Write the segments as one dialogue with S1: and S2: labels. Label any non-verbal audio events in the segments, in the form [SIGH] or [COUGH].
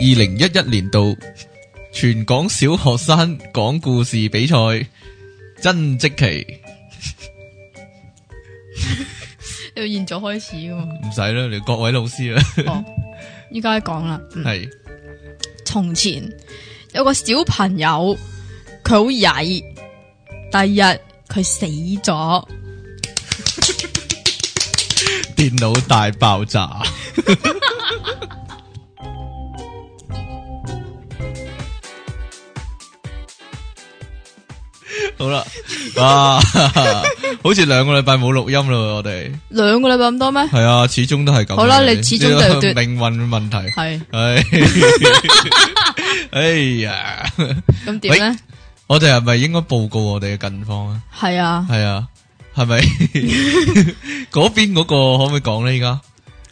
S1: 二零一一年度全港小學生講故事比賽，真積淇 [LAUGHS]
S2: 要現咗開
S1: [LAUGHS]
S2: 始噶嘛？
S1: 唔使啦，你各位老師啦，
S2: 哦，依家講啦，嗯
S1: 係
S2: 從前有個小朋友，佢好曳，第二日佢死咗，
S1: 電腦大爆炸。 [LAUGHS] 好啦，哇， [LAUGHS] 好似兩個禮拜冇錄音啦喎，我哋
S2: 兩個禮拜咁多咩？
S1: 係啊，始終都係咁樣嘅。
S2: 好啦你始終都係
S1: 呢個
S2: 對
S1: 命運問題。
S2: 係
S1: 唉，哎呀，
S2: 咁點咧？
S1: 我哋系咪应该报告我哋嘅近况啊？
S2: 係啊，
S1: 系啊，系咪嗰边嗰个可唔可以讲呢？依家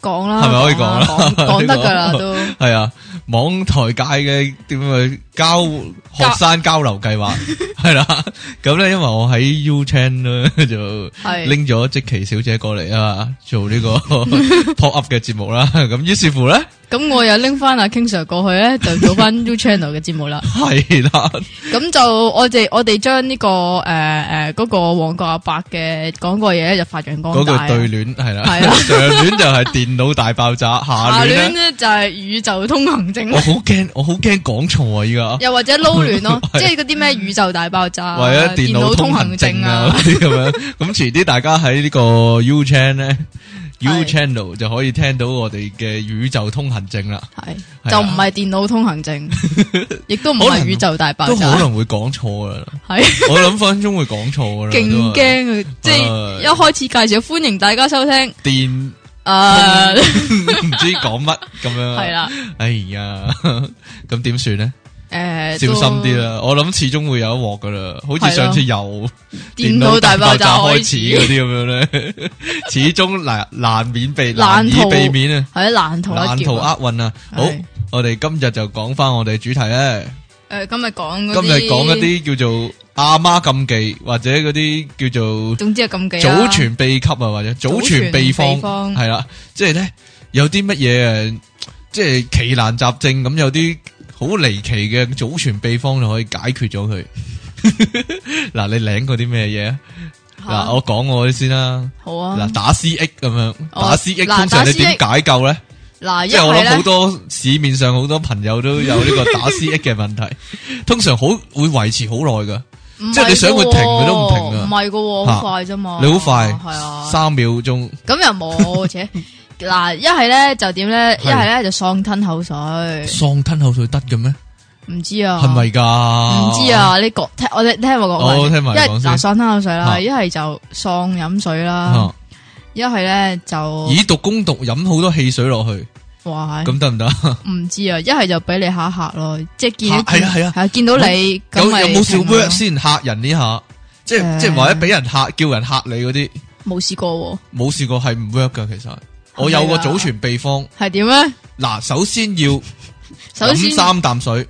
S2: 講啦，
S1: 係咪可以
S2: 講啦
S1: 講啦
S2: 講講得噶啦
S1: [LAUGHS] 呢個
S2: 都。
S1: 系啊，网台界嘅点去交学生交流计划系啦。咁咧，因为我喺 U Chain 咧就
S2: 係
S1: 拎咗即奇小姐过嚟啊，做呢个 pop up 嘅节目啦。咁于是乎咧，
S2: 咁我又拎翻阿 King Sir 過去咧，就做翻 U Channel 嘅節目
S1: [LAUGHS]
S2: 啦。
S1: 系啦，
S2: 咁就我哋我哋將呢個诶诶嗰個旺角阿伯嘅講過嘢咧，就發揚
S1: 嗰
S2: 光
S1: 個
S2: 大啊。
S1: 對聯係啦，
S2: 係啦啊
S1: [LAUGHS] 上聯就係電腦大爆炸，下
S2: 下
S1: 聯
S2: 聯
S1: 咧，
S2: 咧就係宇宙通行證
S1: 我。好驚，我好驚講錯啊！依家，
S2: 又或者撈亂咯
S1: [LAUGHS]
S2: 即係嗰啲咩宇宙大爆炸、啊
S1: 或者電
S2: 電
S1: 腦
S2: 腦
S1: 通行
S2: 行
S1: 證
S2: 證
S1: 啊
S2: 啊，
S1: 嗰啲咁樣，
S2: [LAUGHS]
S1: 咁遲啲大家喺呢個 U Channel 咧，U
S2: 係
S1: Channel 就可以聽到我哋嘅宇宙通行證啦，
S2: 係
S1: 係啊
S2: 就唔係電腦通行證，
S1: [LAUGHS]
S2: 亦都唔
S1: 可能
S2: 係宇宙大爆
S1: 都可
S2: 炸，
S1: 能會講錯噶啦，
S2: 係
S1: 我諗分分鐘會講錯噶啦，
S2: 勁
S1: 都係
S2: 驚啊！即係
S1: 唉
S2: 一開始介紹，歡迎大家收聽，
S1: 電 [LAUGHS]
S2: 誒
S1: 唔知講乜咁樣，
S2: [LAUGHS] 係，啦，
S1: 哎呀， [LAUGHS] 咁點算咧？
S2: 誒
S1: 小心啲，啊
S2: 都
S1: 啦，我諗始終會有一鑊噶啦，好
S2: 係
S1: 似
S2: 咯
S1: 上次又。
S2: 電腦大爆炸開
S1: 開始嗰
S2: 始，
S1: 啲咁樣咧，
S2: [LAUGHS]
S1: 始終難難免被難
S2: 難
S1: 以
S2: 逃
S1: 避免啊，
S2: 係啊難逃
S1: 難
S2: 一
S1: 逃
S2: 劫啊。
S1: 厄運啊！好
S2: 係，
S1: 我哋今日就講翻我哋主題咧，
S2: 誒今日講嗰
S1: 今日講一，啲叫做阿媽禁忌或者嗰啲叫做
S2: 總之係禁忌
S1: 祖
S2: 啦。
S1: 傳秘笈啊，或者祖傳秘
S2: 祖傳
S1: 方
S2: 秘方
S1: 係啦，即係咧有啲乜嘢誒，即係奇難雜症咁，有啲好離奇嘅祖傳秘方就可以解決咗佢。 [LAUGHS] 嗱，你領過啲咩嘢啊？
S2: 嚇
S1: 嗱，我講我啲先啦。
S2: 好啊
S1: 嗱，，打 C X 咁樣，
S2: 哦
S1: 打 C X
S2: 嗱
S1: 通常你
S2: 打 CX
S1: 點解救咧？
S2: 嗱，
S1: 即
S2: 一
S1: 係我
S2: 係
S1: 諗好
S2: 咧
S1: 多市面上好多朋友都有呢
S2: [LAUGHS]
S1: 個打 C X 嘅問題，通常好會維持好耐噶，
S2: 唔係
S1: 即係你想佢停佢都唔停㗎
S2: 㗎喎唔係噶喎，
S1: 嚇
S2: 好快啫嘛，
S1: 你好快
S2: 哦係啊，
S1: 三秒鐘
S2: 咁
S1: [LAUGHS]
S2: 又冇，且嗱，一系咧就點咧，一
S1: 係
S2: 系咧就喪吞口水，
S1: 喪吞口水得嘅咩？
S2: 唔知啊，
S1: 係咪？㗎？
S2: 唔知，啊，你講聽我哋聽我講埋先，
S1: 我聽埋你
S2: 一係
S1: 講先
S2: 嗱喪吞口水啦，
S1: 啊
S2: 一係就喪飲水啦，
S1: 啊
S2: 一係咧就
S1: 以毒攻毒，飲好多汽水落去，
S2: 哇
S1: 咁得唔得？
S2: 唔知啊，一係就俾你嚇一嚇咯，即係見
S1: 嚇係啊係啊
S2: 係啊，見到你
S1: 有
S2: 咁
S1: 有
S2: 咪
S1: 冇少
S2: 停咯
S1: work 先嚇人呢下？即係
S2: 誒
S1: 即係或者俾人嚇，叫人嚇你嗰啲，
S2: 冇試過
S1: 冇試過係唔 work 噶。其實我有個
S2: 係啊
S1: 祖傳秘方，
S2: 喎，係點咧？
S1: 嗱，首先要。
S2: 首先
S1: 飲三啖水，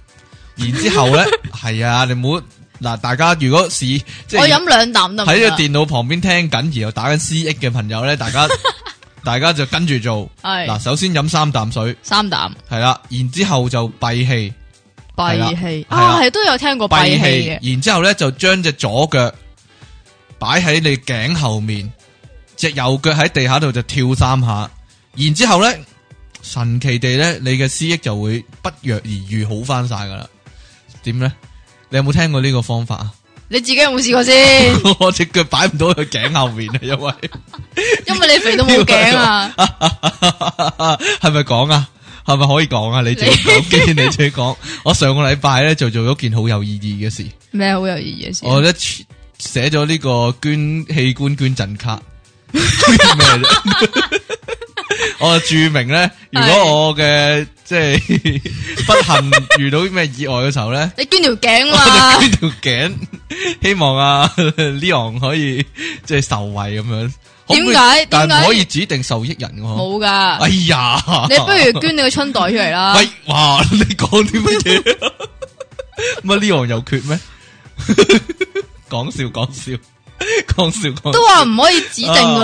S1: 然之后
S2: [LAUGHS]
S1: 咧系啊，你唔好嗱，大家如果是即系
S2: 我
S1: 喺
S2: 飲兩啖得唔啊
S1: 個
S2: 得？
S1: 電腦旁邊聽緊，然後打緊 C E 嘅朋友咧，大
S2: [LAUGHS]
S1: 家大家就跟住做。嗱，
S2: 係
S1: 首先飲三啖水，
S2: 三啖
S1: 係啦，然之后就閉氣，係啦
S2: 閉氣
S1: 係啦
S2: 啊，係都有聽過閉
S1: 閉
S2: 氣嘅。
S1: 氣，然之后咧就將隻左腳擺喺你頸後面，隻右腳喺地下度就跳三下，然之后咧。
S2: 嗯
S1: 神奇地咧，你嘅思憶就會不藥而愈好翻晒噶啦。點咧？你有冇聽過呢個方法啊？
S2: 你自己有冇試過先？
S1: [LAUGHS] 我只腳擺唔到佢頸後面啊，因為 [LAUGHS]
S2: 因為你肥到冇頸啊！
S1: 係咪講啊？係咪可以講啊？你自己
S2: [LAUGHS]
S1: 講，既然你自己講，我上個禮拜咧就做咗件好有意義嘅事，
S2: 咩好有意義嘅
S1: 我
S2: 先？
S1: 咧哦寫咗呢個捐器官捐贈
S2: [LAUGHS]
S1: 卡，咩啫？我注明咧，如果我嘅即
S2: [LAUGHS]
S1: 係不幸遇到咩意外嘅時候咧。
S2: 你捐條頸
S1: 我
S2: 嘛？
S1: 就捐條頸，希望啊 [LAUGHS] Leon 可以即係受惠咁樣。可唔可以
S2: 點解
S1: 但
S2: 點
S1: 唔
S2: 解
S1: 可以指定受益人喎。
S2: 冇噶
S1: 哎，呀，
S2: 你不如捐你個春袋出嚟啦！
S1: 喂，哇！你講啲乜 [LAUGHS] 嘢？ [LAUGHS] 乜 Leon 有缺咩？講笑講笑，讲笑讲
S2: 都话唔可以指定
S1: Ờ,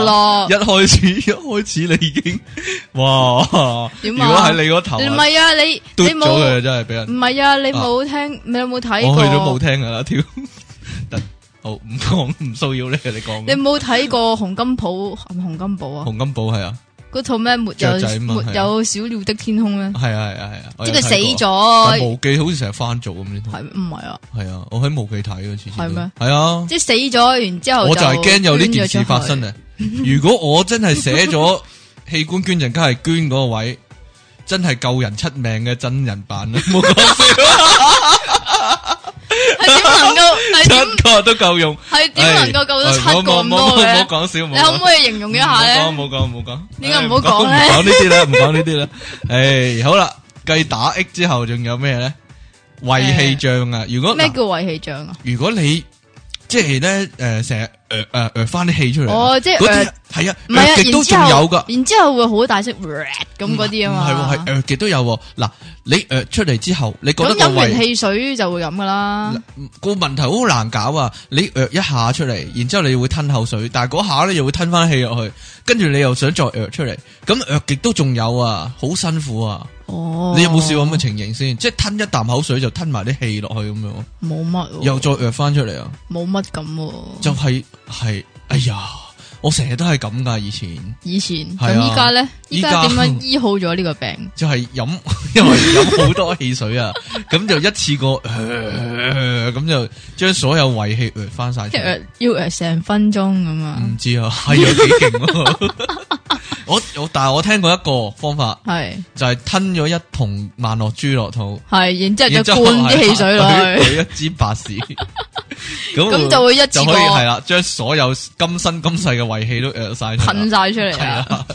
S2: 噶咯
S1: 一。开始一开始你已经哇，
S2: 點
S1: 如
S2: 啊
S1: 果喺你嗰頭
S2: 你唔
S1: 啊，
S2: 系啊，你
S1: 嘟
S2: 你
S1: 咗
S2: 冇
S1: 佢啊真係俾人
S2: 唔，系啊，你冇听，你有冇睇
S1: 我
S2: 过？
S1: 去咗冇聽噶啦，屌，得好唔講唔騷擾你，你
S2: 你
S1: 講
S2: 冇睇過洪金寶？係咪洪金寶啊？
S1: 洪金寶係啊，
S2: 嗰套咩沒有
S1: 雀仔嘛
S2: 沒
S1: 係啊
S2: 有小鳥的天空咧？
S1: 係啊係啊係啊，我
S2: 即
S1: 有
S2: 係佢
S1: 睇
S2: 死
S1: 過，但
S2: 咗，
S1: 無記好似成日翻做咁呢套
S2: 係，唔係啊？
S1: 係啊，我喺無記睇嘅次次都，
S2: 係咩
S1: 係啊，
S2: 即係死咗，然之後
S1: 我就係
S2: 係
S1: 驚有呢件事發生啊！ [LAUGHS] 如果我真係寫咗器官捐贈家係捐嗰個位，真係救人出命嘅真人
S2: [LAUGHS]
S1: 版啦，冇講笑，[LAUGHS] 七
S2: 係點能夠係點
S1: 個都
S2: [LAUGHS]
S1: 夠用。
S2: 係點能夠救到七個咁多
S1: 唔好
S2: 嘅？
S1: 讲笑，
S2: 你可唔可以形容一下咧？
S1: 啊冇啊讲冇讲，
S2: 點解唔好講咧
S1: 唔讲呢啲啦，唔讲呢啲啦。诶，好啦，继打 X 之后，仲有咩咧？胃气胀啊！如果
S2: 咩
S1: 嗱
S2: 叫胃氣脹啊？
S1: 如果你即系咧诶，成日诶诶诶翻啲氣出嚟，
S2: 哦即係
S1: 嗰啲係啊，
S2: 唔係啊，
S1: 呃極都仲有噶。
S2: 然之後然之後會好大聲咁嗰啲啊嘛。
S1: 唔系喎，係诶，極都有喎。嗱，你诶出嚟之後，你覺得
S2: 咁
S1: 個
S2: 飲完
S1: 胃
S2: 汽水就會咁噶啦。
S1: 個問題好難搞啊！你啄一下出嚟，然之後你會吞口水，但係嗰下咧又會吞翻氣落去，跟住你又想再啄出嚟，咁啄極都仲有啊，好辛苦啊！
S2: 哦，
S1: 你有冇試過咁嘅情形先？即係吞一啖口水就吞埋啲氣落去咁樣，
S2: 冇乜喎，
S1: 又再啄翻出嚟啊！
S2: 冇乜咁喎。
S1: 就係、係，哎呀，我成日都係咁噶，以前
S2: 以前咁
S1: 係啊
S2: 依家咧，依
S1: 依家嗯
S2: 家點樣醫好咗呢個病？
S1: 就係飲， [LAUGHS] 因為飲好多汽水啊， [LAUGHS] 咁就一次過呃咁、就將所有胃氣啄翻晒出
S2: 即
S1: 嚟。
S2: 係呃要诶成分鐘咁啊，
S1: 唔知啊， [LAUGHS] 系有幾勁咯。 [LAUGHS] 我我但係我聽過一個方法，
S2: 係
S1: 就係吞咗一桶萬樂珠落肚，
S2: 係，然之
S1: 然
S2: 後
S1: 之
S2: 就
S1: 後
S2: 灌啲汽水落
S1: 係啊
S2: 去，
S1: 懟一支白
S2: [LAUGHS]
S1: 屎，
S2: 咁
S1: 咁
S2: 就會一次
S1: 就可以係啊
S2: 過
S1: 啦，將所有今生今世嘅胃氣都誒晒出
S2: 噴
S1: 嚟啦。
S2: 晒出嚟
S1: 係
S2: 啊！
S1: 啊，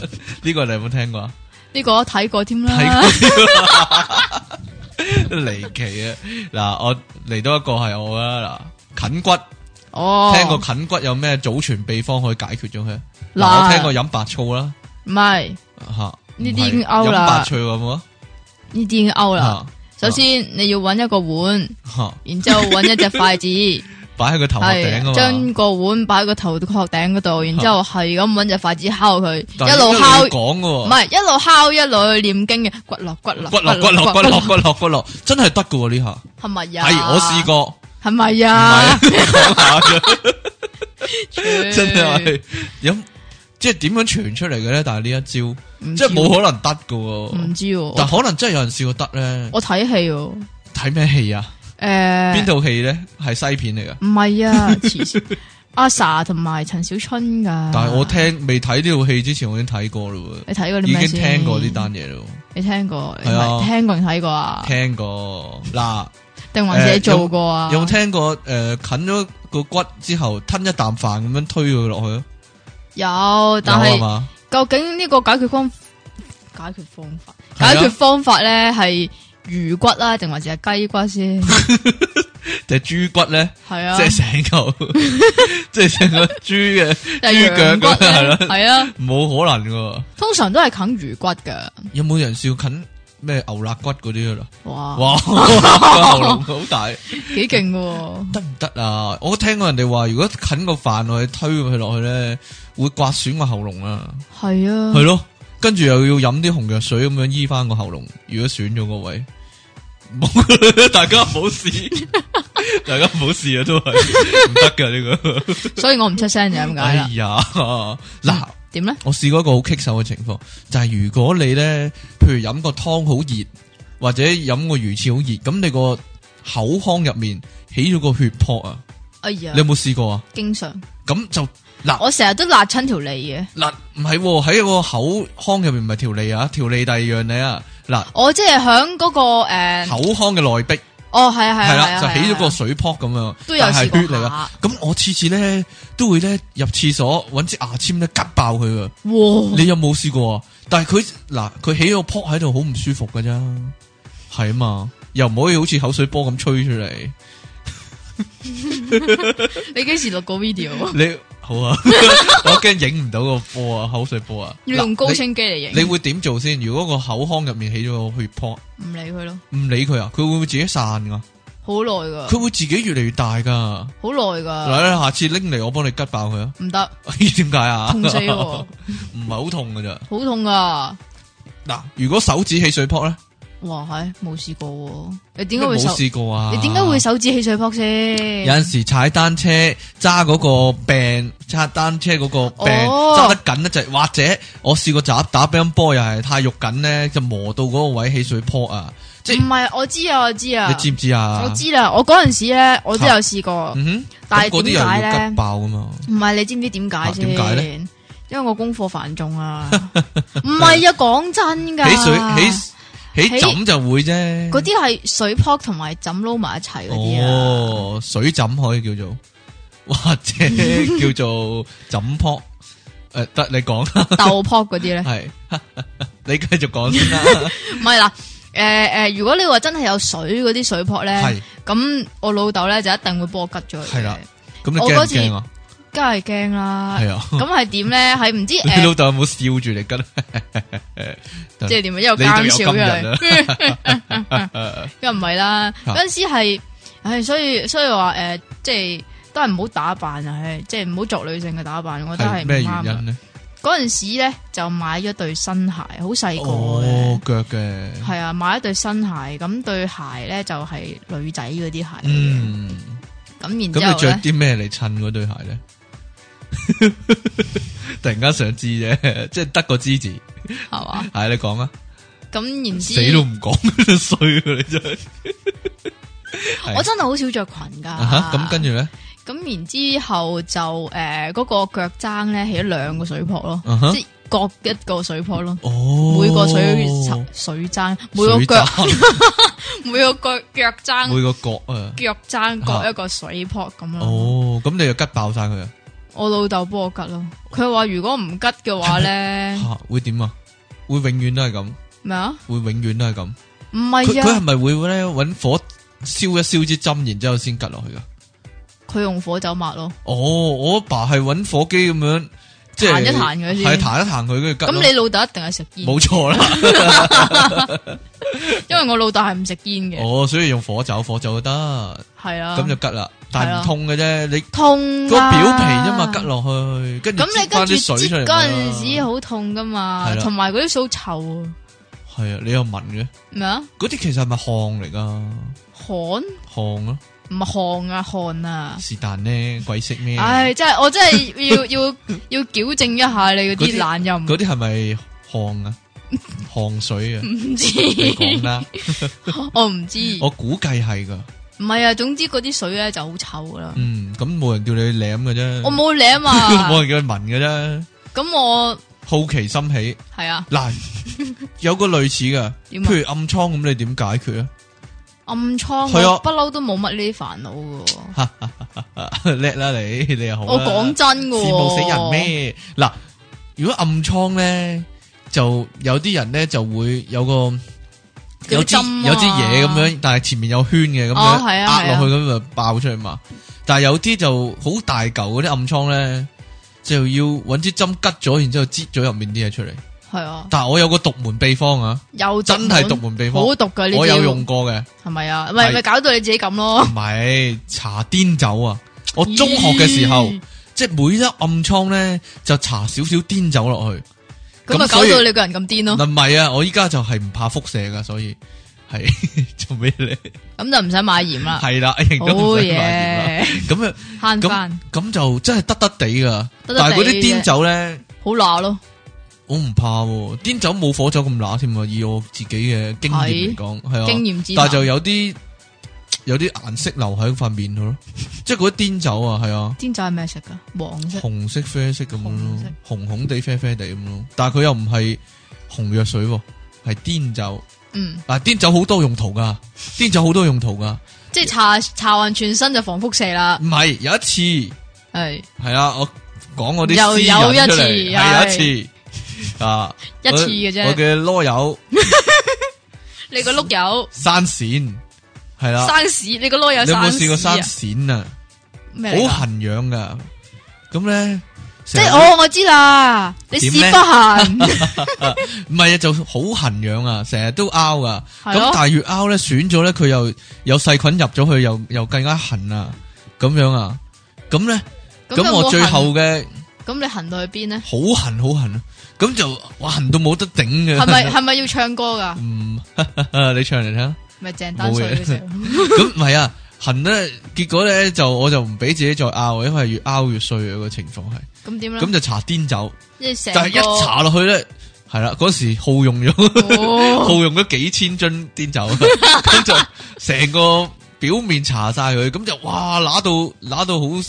S1: 呢個你有冇聽過啊？
S2: 呢個我睇過添
S1: 睇
S2: 啦，
S1: 過離奇啊！嗱，我嚟到一個係我啦，嗱，啃骨。
S2: 哦，
S1: 聽過啃骨有咩祖傳秘方可以解決咗佢？嗱，
S2: 嗱
S1: 我聽過飲白醋啦，
S2: 唔係
S1: 吓
S2: 呢啲已經 out
S1: 飲
S2: 啦
S1: 白醋有冇啊？
S2: 呢啲已經 out 啦。
S1: 吓
S2: 首先你要揾一個碗，
S1: 吓，
S2: 然之后揾一隻筷子，
S1: 摆喺 [LAUGHS] 個頭殼頂
S2: 係
S1: 啊嘛。
S2: 將個碗擺喺個頭殼頂
S1: [LAUGHS]
S2: 嗰度，然之后係咁揾隻筷子敲佢，
S1: 但
S2: 一
S1: 係
S2: 路敲，唔
S1: 講嘅喎，
S2: 係一路敲一路去念經嘅，骨落骨落
S1: 啊骨落骨落骨落骨落骨落，真係得嘅喎呢
S2: 系咪
S1: 下。
S2: 呀？啊
S1: 係我試，過，
S2: 系咪
S1: 唔
S2: [LAUGHS] 呀？
S1: 係講下
S2: [LAUGHS]
S1: 啫，真
S2: 係
S1: 係飲。即係點樣傳出嚟嘅咧？但係呢一招，
S2: 唔
S1: 即係
S2: 知嗯
S1: 冇
S2: 喎，
S1: 可能得嘅喎。
S2: 唔知喎。
S1: 但可能真係有人試過得咧。
S2: 我睇戲喎，
S1: 睇咩戲啊？
S2: 诶，
S1: 邊？套戲咧？係西片嚟㗎。
S2: 唔係啊，
S1: [LAUGHS]
S2: 黐線阿 sa 同埋陳小春噶。
S1: 但係我聽未睇呢套戲之前，我已經睇過嘞喎。
S2: 你睇過啲
S1: 已經
S2: 咩先？
S1: 聽過呢，單嘢咯，
S2: 你聽過？你
S1: 係啊
S2: 係聽過定睇過啊？
S1: 聽過嗱，
S2: 定還是你
S1: 誒有
S2: 做過啊？
S1: 有冇聽過诶啃咗個骨之後吞一啖飯咁樣推佢落去啊？
S2: 有，但
S1: 有啊
S2: 係
S1: 嘛，
S2: 究竟呢個解決方解決方法
S1: 係啊
S2: 解決方法咧係魚骨啦，定還是係雞骨
S1: [LAUGHS]
S2: 先？
S1: 隻豬骨
S2: [LAUGHS]
S1: 咧，
S2: 係啊，
S1: 即係成嚿， [LAUGHS] 即係成個豬嘅
S2: 定係
S1: 豬腳
S2: 羊骨
S1: 咁樣係
S2: 咧
S1: 咯
S2: 係啊，
S1: 冇可能噶。
S2: 通常都係啃魚骨噶。
S1: 有冇人笑啃咩牛肋骨嗰啲啊？
S2: 哇！
S1: 哇， [LAUGHS] 個喉嚨好大，
S2: 几劲喎！
S1: 得唔得啊？我聽過人哋話，如果啃個飯落去推佢落去咧，會刮損個喉嚨啊！
S2: 系啊，
S1: 系咯，跟住又要飲啲紅藥水咁樣醫翻個喉嚨。如果損咗個位，冇 [LAUGHS] 大家唔好試，大家唔好試啊，都係唔得噶呢個。
S2: 所以我唔出聲就係咁解
S1: 哎
S2: 啦。
S1: 呀，嗱，
S2: 點咧？
S1: 我試過一個好棘手嘅情況，就係如果你咧，譬如飲個湯好熱，或者飲個魚翅好熱，咁你個口腔入面起咗個血泡啊！
S2: 哎呀
S1: 你，有冇試過啊？
S2: 經常
S1: 咁就嗱。
S2: 我成日都辣親條脷嘅，
S1: 嗱，唔係喎，喺個口腔入面唔係條脷啊，條脷第二樣嘢啊。嗱，
S2: 我即係響嗰個诶，
S1: 口腔嘅內壁
S2: 哦係啊係啊
S1: 係
S2: 係
S1: 啦，
S2: 啊，
S1: 就起咗個
S2: 係啊
S1: 水泡咁樣，
S2: 都有
S1: 但係
S2: 試過
S1: 血嚟噶
S2: 下。
S1: 咁我次次咧都會咧入廁所揾支牙籤咧拮爆佢噶。
S2: 哇！
S1: 你有冇試過啊？但係佢嗱，佢起個泡喺度好唔舒服噶咋，係啊嘛，又唔可以好似口水波咁吹出嚟。
S2: 你幾時錄過 video？
S1: 你好啊， [LAUGHS] 我驚影唔到個波啊，口水波啊。
S2: 要用
S1: 嗱
S2: 高
S1: 你
S2: 清機嚟
S1: 你
S2: 影，
S1: 會點做先？如果個口腔入面起咗個血泡，
S2: 唔理佢咯。
S1: 唔理佢啊，佢會唔會自己散噶？
S2: 好耐噶，
S1: 佢會自己越嚟越大噶。
S2: 好耐
S1: 嗱、
S2: 噶，
S1: 下次拎嚟我幫你吉爆佢啊！ [LAUGHS]
S2: 唔得，
S1: 咦點解啊？
S2: 痛死我，
S1: [LAUGHS] 唔係好痛噶咋？
S2: 好痛噶。
S1: 嗱，如果手指起水泡咧，
S2: 哇，係冇試過喎，你點解會
S1: 冇
S2: 手？
S1: 試過啊？
S2: 你點解會手指起水泡先？
S1: 有阵时踩單車揸嗰個柄，揸單車嗰個柄
S2: 哦
S1: 揸得緊得滯，或者我試過打打乒乓波又係太肉緊咧，就磨到嗰個位起水泡啊！即
S2: 唔係，我知啊，我知啊
S1: 你，知唔知啊？
S2: 我知啦。我嗰陣時咧，我都有試過，
S1: 嗯哼，
S2: 但
S1: 咁
S2: 係
S1: 嗰啲
S2: 點
S1: 又
S2: 解
S1: 要
S2: 咧
S1: 急爆噶嘛？
S2: 唔係你知唔知點解
S1: 啊點解
S2: 先
S1: 咧？
S2: 因為我功課繁
S1: [LAUGHS]
S2: 重啊，唔係啊，講真噶，
S1: 起水起起
S2: 起
S1: 枕就會啫。
S2: 嗰啲係水泡同埋枕撈埋一齊嗰啲啊，
S1: 哦，水枕可以叫做， [LAUGHS] 或者叫做枕泡。
S2: [LAUGHS]
S1: 诶，得你講啦，
S2: 豆泡嗰啲咧，
S1: 係 [LAUGHS] 你繼續講先啦。
S2: [LAUGHS] 唔係嗱，诶诶，如果你話真係有水嗰啲水泡咧，
S1: 係
S2: 咁我老豆咧就一定會幫我吉咗佢嘅，
S1: 係啦咁你
S2: 我
S1: 驚唔
S2: 嗰次
S1: 驚啊？
S2: 梗係驚啦
S1: 係。
S2: [LAUGHS]
S1: 啊。
S2: 咁係點咧？係
S1: [LAUGHS]
S2: 唔知
S1: 你
S2: 诶
S1: 老，豆有冇笑住你噶？
S2: 即係點啊？
S1: 你
S2: 一路
S1: 都
S2: 奸
S1: 有
S2: 笑
S1: 今日
S2: 嘅。
S1: 啊！ [LAUGHS]
S2: 梗唔係啦，
S1: 啊
S2: 嗰阵时系，唉，所以所以話诶、誒即係都係唔好打扮啊，唉，即係唔好作女性嘅打扮，我覺得係
S1: 係
S2: 唔
S1: 咩
S2: 啱
S1: 原
S2: 嘅
S1: 因。咧？
S2: 嗰阵时咧就買咗對新鞋，好細啊個
S1: 哦
S2: 嘅，，
S1: 腳嘅，
S2: 係啊，買咗對新鞋，咁對鞋咧就係女仔嗰啲鞋嚟嘅，
S1: 嗯，
S2: 咁然
S1: 咁
S2: 之
S1: 你
S2: 后
S1: 着
S2: 咧，
S1: 啲咩嚟襯嗰對鞋咧？ [LAUGHS] 突然間想知啫，即係得個知字，係
S2: 係嘛，
S1: 你講啊，
S2: 咁然
S1: 死都
S2: 之，
S1: 唔講，衰啊你真係。係
S2: 我真係好少着裙噶，
S1: 啊哈咁跟住咧，
S2: 咁然之後就诶嗰、個腳踭咧起咗兩個水泡咯，
S1: 啊哈
S2: 即係各一個水泡咯。
S1: 哦，
S2: 每個水水踭，每個
S1: 水
S2: 腳
S1: 踭
S2: [LAUGHS] 每個腳腳踭
S1: [LAUGHS] 每個角啊，
S2: 腳踭
S1: 啊
S2: 各一個水泡咁咯。
S1: 哦，咁你就吉爆晒佢啊，
S2: 我老豆幫我吉咯，佢話如果唔吉嘅話咧，
S1: [LAUGHS] 吓會點啊？會永遠都係咁，
S2: 咩啊？
S1: 會永遠都係咁。
S2: 唔
S1: 佢
S2: 係
S1: 佢系
S2: 啊，
S1: 咪會咧搵火燒一燒支針，然之后先吉落去噶？
S2: 佢用火酒抹咯。
S1: 哦，我阿爸係搵火機咁樣，即係
S2: 彈一彈佢先
S1: 係彈一彈佢跟住吉
S2: 咁
S1: 咯。
S2: 你老豆一定係食煙，
S1: 冇錯
S2: [LAUGHS]
S1: 啦，
S2: 因為我老豆係唔食煙嘅，
S1: 哦，所以用火酒，火酒就得，
S2: 係啊。
S1: 咁就吉啦。但
S2: 係
S1: 係
S2: 啊
S1: 唔痛嘅啫，你
S2: 痛啊
S1: 個
S2: 啦
S1: 表皮啫嘛，吉。落去，跟住
S2: 咁你
S1: 擠
S2: 跟
S1: 翻
S2: 住
S1: 啲水出
S2: 擠
S1: 嚟咪
S2: 嗰
S1: 得
S2: 陣
S1: 啦。
S2: 時好痛噶嘛
S1: 係，啦
S2: 同埋嗰啲水好臭啊，
S1: 係啊，你又聞嘅，
S2: 咩啊？
S1: 嗰啲其實係咪汗嚟噶？
S2: 汗唔
S1: 汗咯，
S2: 係汗啊，汗啊！
S1: 是但呢，鬼識咩？嗰
S2: 唉，真系我
S1: [LAUGHS]
S2: 真系要要要矫正一下你
S1: 嗰
S2: 嗰
S1: 啲
S2: 啲懶音，
S1: 啲係
S2: [LAUGHS]
S1: 咪汗啊？汗水啊？
S2: 唔
S1: 你講
S2: 知
S1: 啦。
S2: [LAUGHS] 我唔知，
S1: 我估計係噶，
S2: 唔係啊，總之嗰啲水咧就好臭噶啦，
S1: 嗯，咁冇人叫你舐嘅啫，
S2: 我冇舐
S1: 嗯 [LAUGHS] 冇
S2: 嘛，
S1: 人叫你聞嘅啫，
S2: 咁我
S1: 好奇心起
S2: [LAUGHS] 係啊
S1: 嗱，有個類似噶，
S2: 點啊
S1: 譬如暗瘡咁，你點解決啊？ [LAUGHS]
S2: 暗瘡
S1: 係啊
S2: 我不嬲都冇乜呢啲煩惱噶，
S1: 叻啦你，你又好啦
S2: 我講 [LAUGHS] 真噶，
S1: 羨慕死人？咩？嗱，如果暗瘡咧，就有啲人咧就會有個。有支
S2: 叫針啊
S1: 有支嘢咁樣，但係前面有圈嘅咁
S2: 哦
S1: 樣
S2: 係啊
S1: 壓
S2: 係啊
S1: 落去咁就爆出嚟嘛。但係有啲就好大嚿嗰啲暗瘡咧，就要揾支針吉咗，然之後擠咗入面啲嘢出嚟。
S2: 係啊，
S1: 但係我有個獨門秘方啊，
S2: 有
S1: 真係獨門秘方，
S2: 好毒噶呢
S1: 我有
S2: 招
S1: 用過嘅，
S2: 係咪啊？咪
S1: 係
S2: 咪搞到你自己咁咯
S1: 唔？係搽癲酒啊！我 [LAUGHS] 中學嘅時候，
S2: 咦
S1: 即係每粒暗瘡咧就搽少少癲酒落去。
S2: 咁咪
S1: 咁
S2: 搞
S1: 所以
S2: 到你個人咁癲咯，
S1: 嗱唔係啊，我依家就係唔怕輻射噶，所以係
S2: [LAUGHS]
S1: 做咩咧？
S2: 咁就唔使買鹽啦，
S1: 係啦，
S2: [LAUGHS]
S1: 型
S2: 啊好
S1: 都唔使買鹽啦。
S2: 嘢，
S1: 咁啊，
S2: 慳
S1: 咁
S2: 翻，
S1: 咁就真係得得地噶。
S2: 得
S1: 但
S2: 得地
S1: 係嗰啲癲酒咧，
S2: 好乸咯。
S1: 我唔怕喎。癲酒冇火酒咁乸添啊！以我自己嘅經驗嚟講，係啊，
S2: 經驗之
S1: 但
S2: 談
S1: 係就有啲有啲顏色留喺塊面度咯，即係嗰啲癲酒啊，係啊。
S2: 煎仔係咩色噶？黃色。
S1: 紅色、啡色咁樣咯
S2: 紅色，
S1: 紅紅地、啡啡地咁咯。但係佢又唔係紅藥水喎，係癲酒。
S2: 嗯，
S1: 嗱，癲酒好多用途噶，癲酒好多用途噶。
S2: 即係搽搽匀全身就防輻射啦。
S1: 唔係有一次
S2: 係
S1: 係啦，我講我啲
S2: 又
S1: 私人
S2: 有一
S1: 出
S2: 次
S1: 嚟係有一次啊，
S2: 一次嘅
S1: 我我
S2: 啫。
S1: 嘅啰柚
S2: 你個碌柚
S1: 生蘚係啦，
S2: 生屎，你個啰柚
S1: 你有冇
S2: 生
S1: 試
S2: 屎
S1: 過生
S2: 啊？
S1: 蘚啊？
S2: 咩嚟㗎
S1: 好痕痒噶。咁咧，
S2: 即
S1: 即
S2: 系我我知啦，你
S1: 點
S2: 屎
S1: 咧 [LAUGHS]
S2: 不痕，
S1: 唔係啊，就好痕癢啊，成日都拗啊。
S2: 係
S1: 咁
S2: 咯
S1: 但係越拗咧，損咗咧，佢又有細菌入咗去，又又更加痕啊，咁樣啊。咁咧，
S2: 有
S1: 咁
S2: 冇
S1: 我最
S2: 痕
S1: 後嘅？
S2: 咁你痕到去邊咧
S1: 好痕好痕啊，咁就哇痕到冇得頂嘅。
S2: 係咪係咪要唱歌
S1: [LAUGHS]
S2: 噶？
S1: 嗯， [LAUGHS] 你唱嚟聽。啊
S2: 咪鄭丹瑞嘅時候
S1: 咁唔係啊，痕咧，結果咧就我就唔俾自己再拗，因為越拗越衰啊個情況係。
S2: 咁點咧？
S1: 咁就搽癲酒，
S2: 即系成
S1: 但係一搽落去咧，係啦，嗰時耗用咗。
S2: 搽
S1: 耗用咗幾千樽碘酒， [LAUGHS] 咁就成個表面搽晒佢，咁就哇揦到揦到好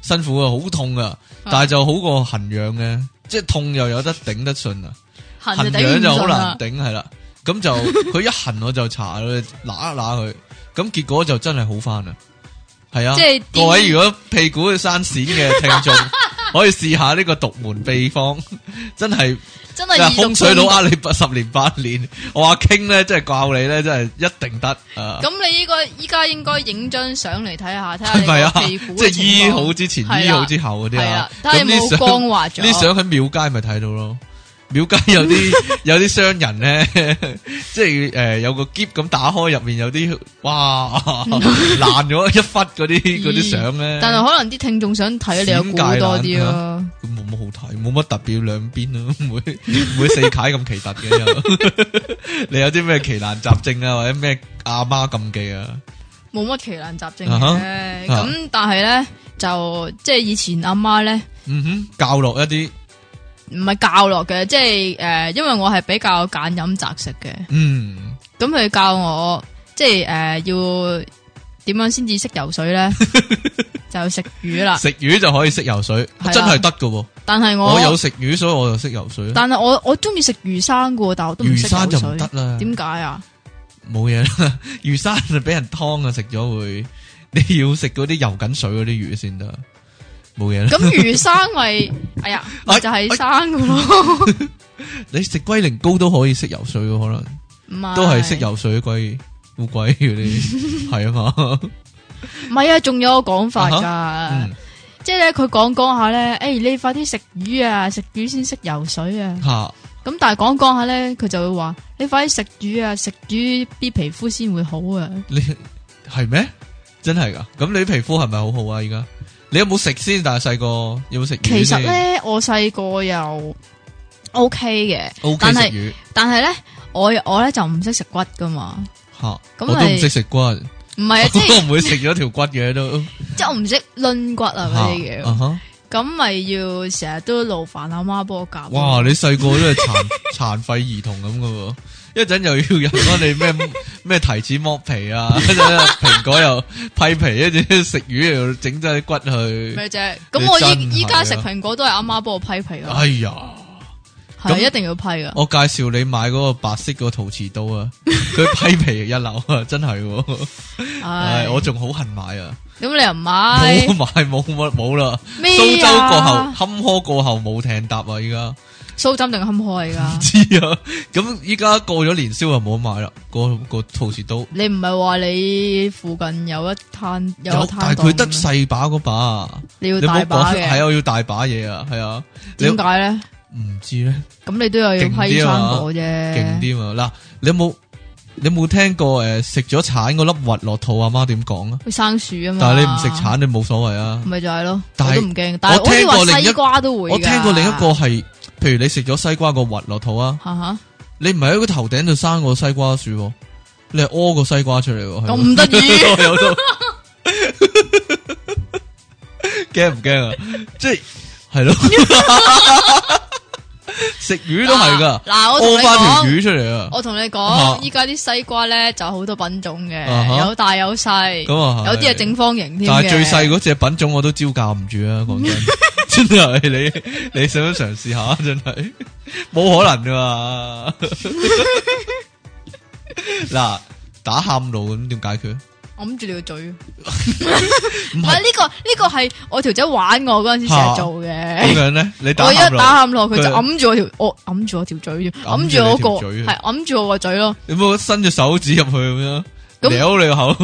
S1: 辛苦啊，好痛啊，但係就好過痕癢嘅，即係痛又有得頂得順啊，
S2: 痕
S1: 痕
S2: 就頂
S1: 癢
S2: 唔
S1: 就 [LAUGHS] 好
S2: 順
S1: 難
S2: 啦。
S1: 頂係啦，咁就 [LAUGHS] 佢一痕我就搽佢揦一揦佢，咁結果就真係好翻啦，係啊
S2: 即係，
S1: 各位如果屁股生癬嘅聽
S2: [LAUGHS]
S1: 眾，可以試下呢個獨門秘方，真係。
S2: 真係
S1: 真係
S2: 二
S1: 空水佬
S2: 啊！
S1: 呃你十年八年，我話傾咧，真係教你咧，真係一定得啊！
S2: 咁你呢個依家應該影張相嚟睇下，睇下
S1: [LAUGHS] 係咪啊？
S2: 你個屁股
S1: 即係醫好之前，
S2: 係啦
S1: 醫好之後嗰啲
S2: 係
S1: 啊
S2: 啦，睇下有
S1: 咁呢
S2: 冇
S1: 相
S2: 光滑咗
S1: 呢相喺廟街咪睇到咯。廟街有
S2: [LAUGHS]
S1: 啲有啲商人咧， [LAUGHS] 即係诶有個箧咁打開，入面有啲
S2: [LAUGHS]
S1: 哇爛咗一忽嗰啲嗰啲相咧，
S2: 但係可能啲聽眾想睇你有估多啲咯。
S1: 咁冇乜好睇，冇乜特別兩邊咯， [LAUGHS] 唔會唔會四楷咁奇特嘅又。 [LAUGHS] 你有啲咩奇難雜症啊，或者咩阿媽禁忌啊？
S2: 冇乜奇難雜症
S1: 啊哈啊
S2: 嘅，咁但係咧就即係以前阿媽咧
S1: 嗯哼，教落一啲，
S2: 唔係教落嘅，即係诶，因為我係比較揀飲擇食嘅，
S1: 嗯，
S2: 咁佢教我即係诶要點樣先至識游水
S1: [LAUGHS]
S2: 咧，就食魚啦。
S1: 食魚就可以識游水，
S2: 係啦啊
S1: 真係得噶喎。
S2: 但係
S1: 我有食魚，所以我就識游水。啊
S2: 但係我我中意食魚生噶，但我都唔
S1: 魚
S2: 識
S1: 生
S2: 游
S1: 就唔
S2: 水
S1: 得。啦，
S2: 點解啊？
S1: 冇嘢啦。 [LAUGHS] 魚生就俾人劏啊，食咗會，你要食嗰啲游緊水嗰啲魚先得，冇嘢啦。
S2: 咁魚生
S1: [LAUGHS]
S2: 咪哎呀，咪就係生噶咯，
S1: 你食龜苓膏都可以識游水嘅，可能。
S2: 唔係
S1: 都系识。游水龟、乌龟嗰
S2: [LAUGHS]
S1: 啲，系啊嘛。
S2: 唔係啊，仲有個講法
S1: 嗯
S2: 㗎，即係咧佢講講下咧，诶你快啲食魚啊，食魚先識游水啊。
S1: 吓，
S2: 咁但係講講下咧，佢就會話你快啲食魚啊，食魚啲皮膚先會好啊。
S1: 你系咩？真系噶？咁你皮膚係咪好好啊？而家你有冇食先？但係細個有冇食魚
S2: 其實
S1: 先
S2: 咧，我細個又 OK 嘅，
S1: ，O
S2: 但
S1: K 食
S2: 係
S1: 魚
S2: 但係咧我我咧就唔識食骨㗎嘛，
S1: 吓，我
S2: 咁
S1: 都唔
S2: 係
S1: 識食骨， [LAUGHS] 我
S2: 唔係啊，即係。
S1: 唔會食咗條骨嘅都。
S2: 即系我唔識抡骨啊嗰啲
S1: 嚇啊
S2: 嘢，
S1: 哈
S2: 咁咪要成日都勞煩阿媽幫我夾。
S1: 哇！你細個都係殘 [LAUGHS] 殘廢兒童咁噶喎，一陣又要人幫你咩 [LAUGHS] 咩提子剝皮啊， [LAUGHS] 一陣蘋果又批皮，一陣食魚又整咗啲骨去。
S2: 咩啫？咁我
S1: 你真係啊
S2: 依依家食蘋果都係阿媽幫我批皮咯，
S1: 哎呀！咁
S2: 係啊一定要批噶。
S1: 我介紹你買嗰個白色個陶瓷刀
S2: [LAUGHS]
S1: 啊，佢批皮一流啊，真係喎！唉，
S2: 唉，
S1: 我仲好恨買啊，
S2: 咁你又唔買
S1: 冇買冇乜冇啦。蘇
S2: 咩
S1: 州過後，
S2: 啊？
S1: 坎坷過後冇艇搭啊！依家 [LAUGHS]
S2: 蘇針定坎坷嚟噶？
S1: 知啊，咁依家過咗年宵就冇得買啦，個個陶瓷刀
S2: 你唔係話你附近有一攤有一攤檔
S1: 但係佢得
S2: 嘅咩
S1: 細把嗰把啊，
S2: 你要
S1: 你唔好
S2: 大把
S1: 講係
S2: 嘅，
S1: 啊，我要大把嘢啊，係啊，你
S2: 點解咧？
S1: 唔知咧？
S2: 咁你都有要
S1: 勁
S2: 批
S1: 啲啊嘛
S2: 生果啫，
S1: 勁啲嘛？嗱，你有冇你有冇聽過诶食咗橙嗰粒核落肚阿媽點講啊？
S2: 會生樹啊嘛。
S1: 但係你唔食，橙，你冇所謂啊。
S2: 咪就係咯，
S1: 但
S2: 我
S1: 係
S2: 都唔驚。但係
S1: 我聽過
S2: 好似
S1: 另
S2: 話
S1: 一
S2: 西瓜都會㗎。
S1: 我聽過另一個係，譬如你食咗西瓜個核落肚啊，
S2: 哈哈，
S1: 你唔係喺個頭頂度生個西瓜樹喎，你係屙個西瓜出嚟喎。
S2: 咁
S1: [LAUGHS]
S2: 得意
S1: 係喎有都驚唔驚啊？即係係咯，
S2: [LAUGHS]
S1: 食魚都係噶，
S2: 嗱嗱，啊我同
S1: 屙
S2: 你
S1: 翻條
S2: 講，
S1: 魚出嚟啊！
S2: 我同你
S1: 啊
S2: 講，依家啲西瓜咧就好多品種
S1: 啊
S2: 嘅，
S1: 哈
S2: 有大有細，
S1: 咁啊係
S2: 有啲係正方形添
S1: 但
S2: 嘅。
S1: 係最細嗰只品種我都招架唔住啊！講
S2: [LAUGHS]
S1: 真，真係你你想唔想嘗試下？ [LAUGHS] 真係冇可能噶
S2: [LAUGHS]
S1: 嘛！嗱，打喊路咁點解決？
S2: 我諗住你個嘴。唔
S1: 唔係
S2: 係呢個呢個係我條仔玩我嗰陣時成日做
S1: 點
S2: 嘅。
S1: 樣咧？你打
S2: 我
S1: 喊
S2: 一
S1: 路，
S2: 打喊落，佢就
S1: 佢
S2: 揞住我條，我揞住我條嘴，
S1: 揞住
S2: 揞住
S1: 你
S2: 我
S1: 條
S2: 個
S1: 嘴啊
S2: 係揞住我個嘴咯。 [LAUGHS]
S1: 有冇伸隻手指入去咁樣
S2: 咁
S1: 撩你個口？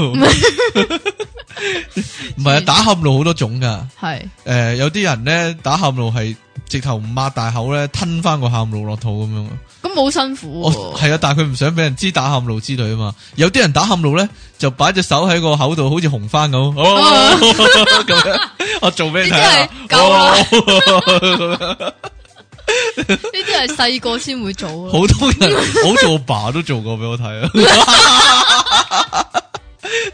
S1: 唔系啊，打喊路好多种噶。
S2: 系
S1: 诶、有啲人咧打喊路系直头唔擘大口咧吞翻个喊路落肚咁样。
S2: 咁冇辛苦
S1: 我
S2: 喎，
S1: 系啊，但系佢唔想俾人知打喊路之类啊嘛。有啲人打喊路咧，就摆只手喺个口度，好似红番咁。哦，咁样我做俾你睇下
S2: 呢啲係夠啦 [LAUGHS]
S1: 哦咁樣
S2: 呢啲系细个先会做啊咯。
S1: 好多人，好似我爸都做过俾我睇啊。 [LAUGHS]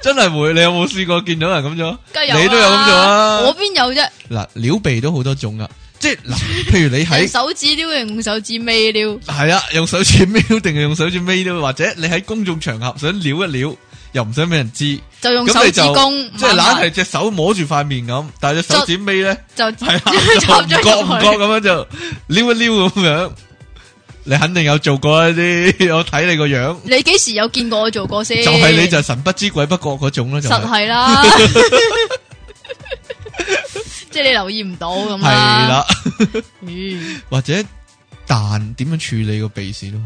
S1: 真系会，你有冇试过见到人咁做？
S2: 梗係有啦
S1: 你都有咁做啊
S2: 我边有啫？
S1: 嗱，撩鼻都好多种噶，即系嗱，譬如你
S2: 用 [LAUGHS]
S1: 喺
S2: 手指撩定用手指尾撩？
S1: 系啊，用手指瞄定系用手指尾都，或者你喺公众场合想撩一撩，又唔想俾人知。
S2: 就用手
S1: 咁你
S2: 指
S1: 就
S2: 公，
S1: 即系
S2: 慢
S1: 懒
S2: 慢
S1: 系只手摸住块面咁，但系只手指尾咧 [LAUGHS]
S2: 就
S1: 系啊，就
S2: [LAUGHS] 插
S1: 唔
S2: 咗
S1: 觉唔
S2: 入
S1: 觉
S2: 去。
S1: 咁样就撩一撩咁样。你肯定有做过一啲， [LAUGHS] 我睇你个样，
S2: 你几时有见过我做过先？
S1: 就系你就神不知鬼不觉嗰种啦，就
S2: 实
S1: 係 [LAUGHS]
S2: 系啦，即系你留意唔到咁啊
S1: 系啦，
S2: 嗯
S1: 或者彈點樣處理個鼻屎都係，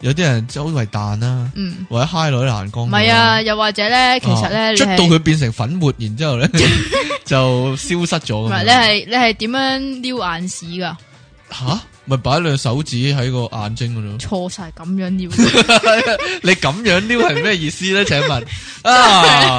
S1: 有啲人周圍彈啦，
S2: 嗯，
S1: 或者嗨女欄杆，
S2: 唔系啊，，又或者咧，其实咧，
S1: 啊
S2: 你
S1: 捽
S2: 係
S1: 到佢變成粉末，然之后
S2: [LAUGHS]
S1: 咧就消失咗
S2: 唔
S1: 咁樣。
S2: 系你系你系点样撩眼屎噶？
S1: 吓，咪擺兩手指喺個眼睛嗰度。
S2: 错晒咁样撩，
S1: [LAUGHS] 你咁樣撩係咩意思咧？請問
S2: [LAUGHS]
S1: 啊，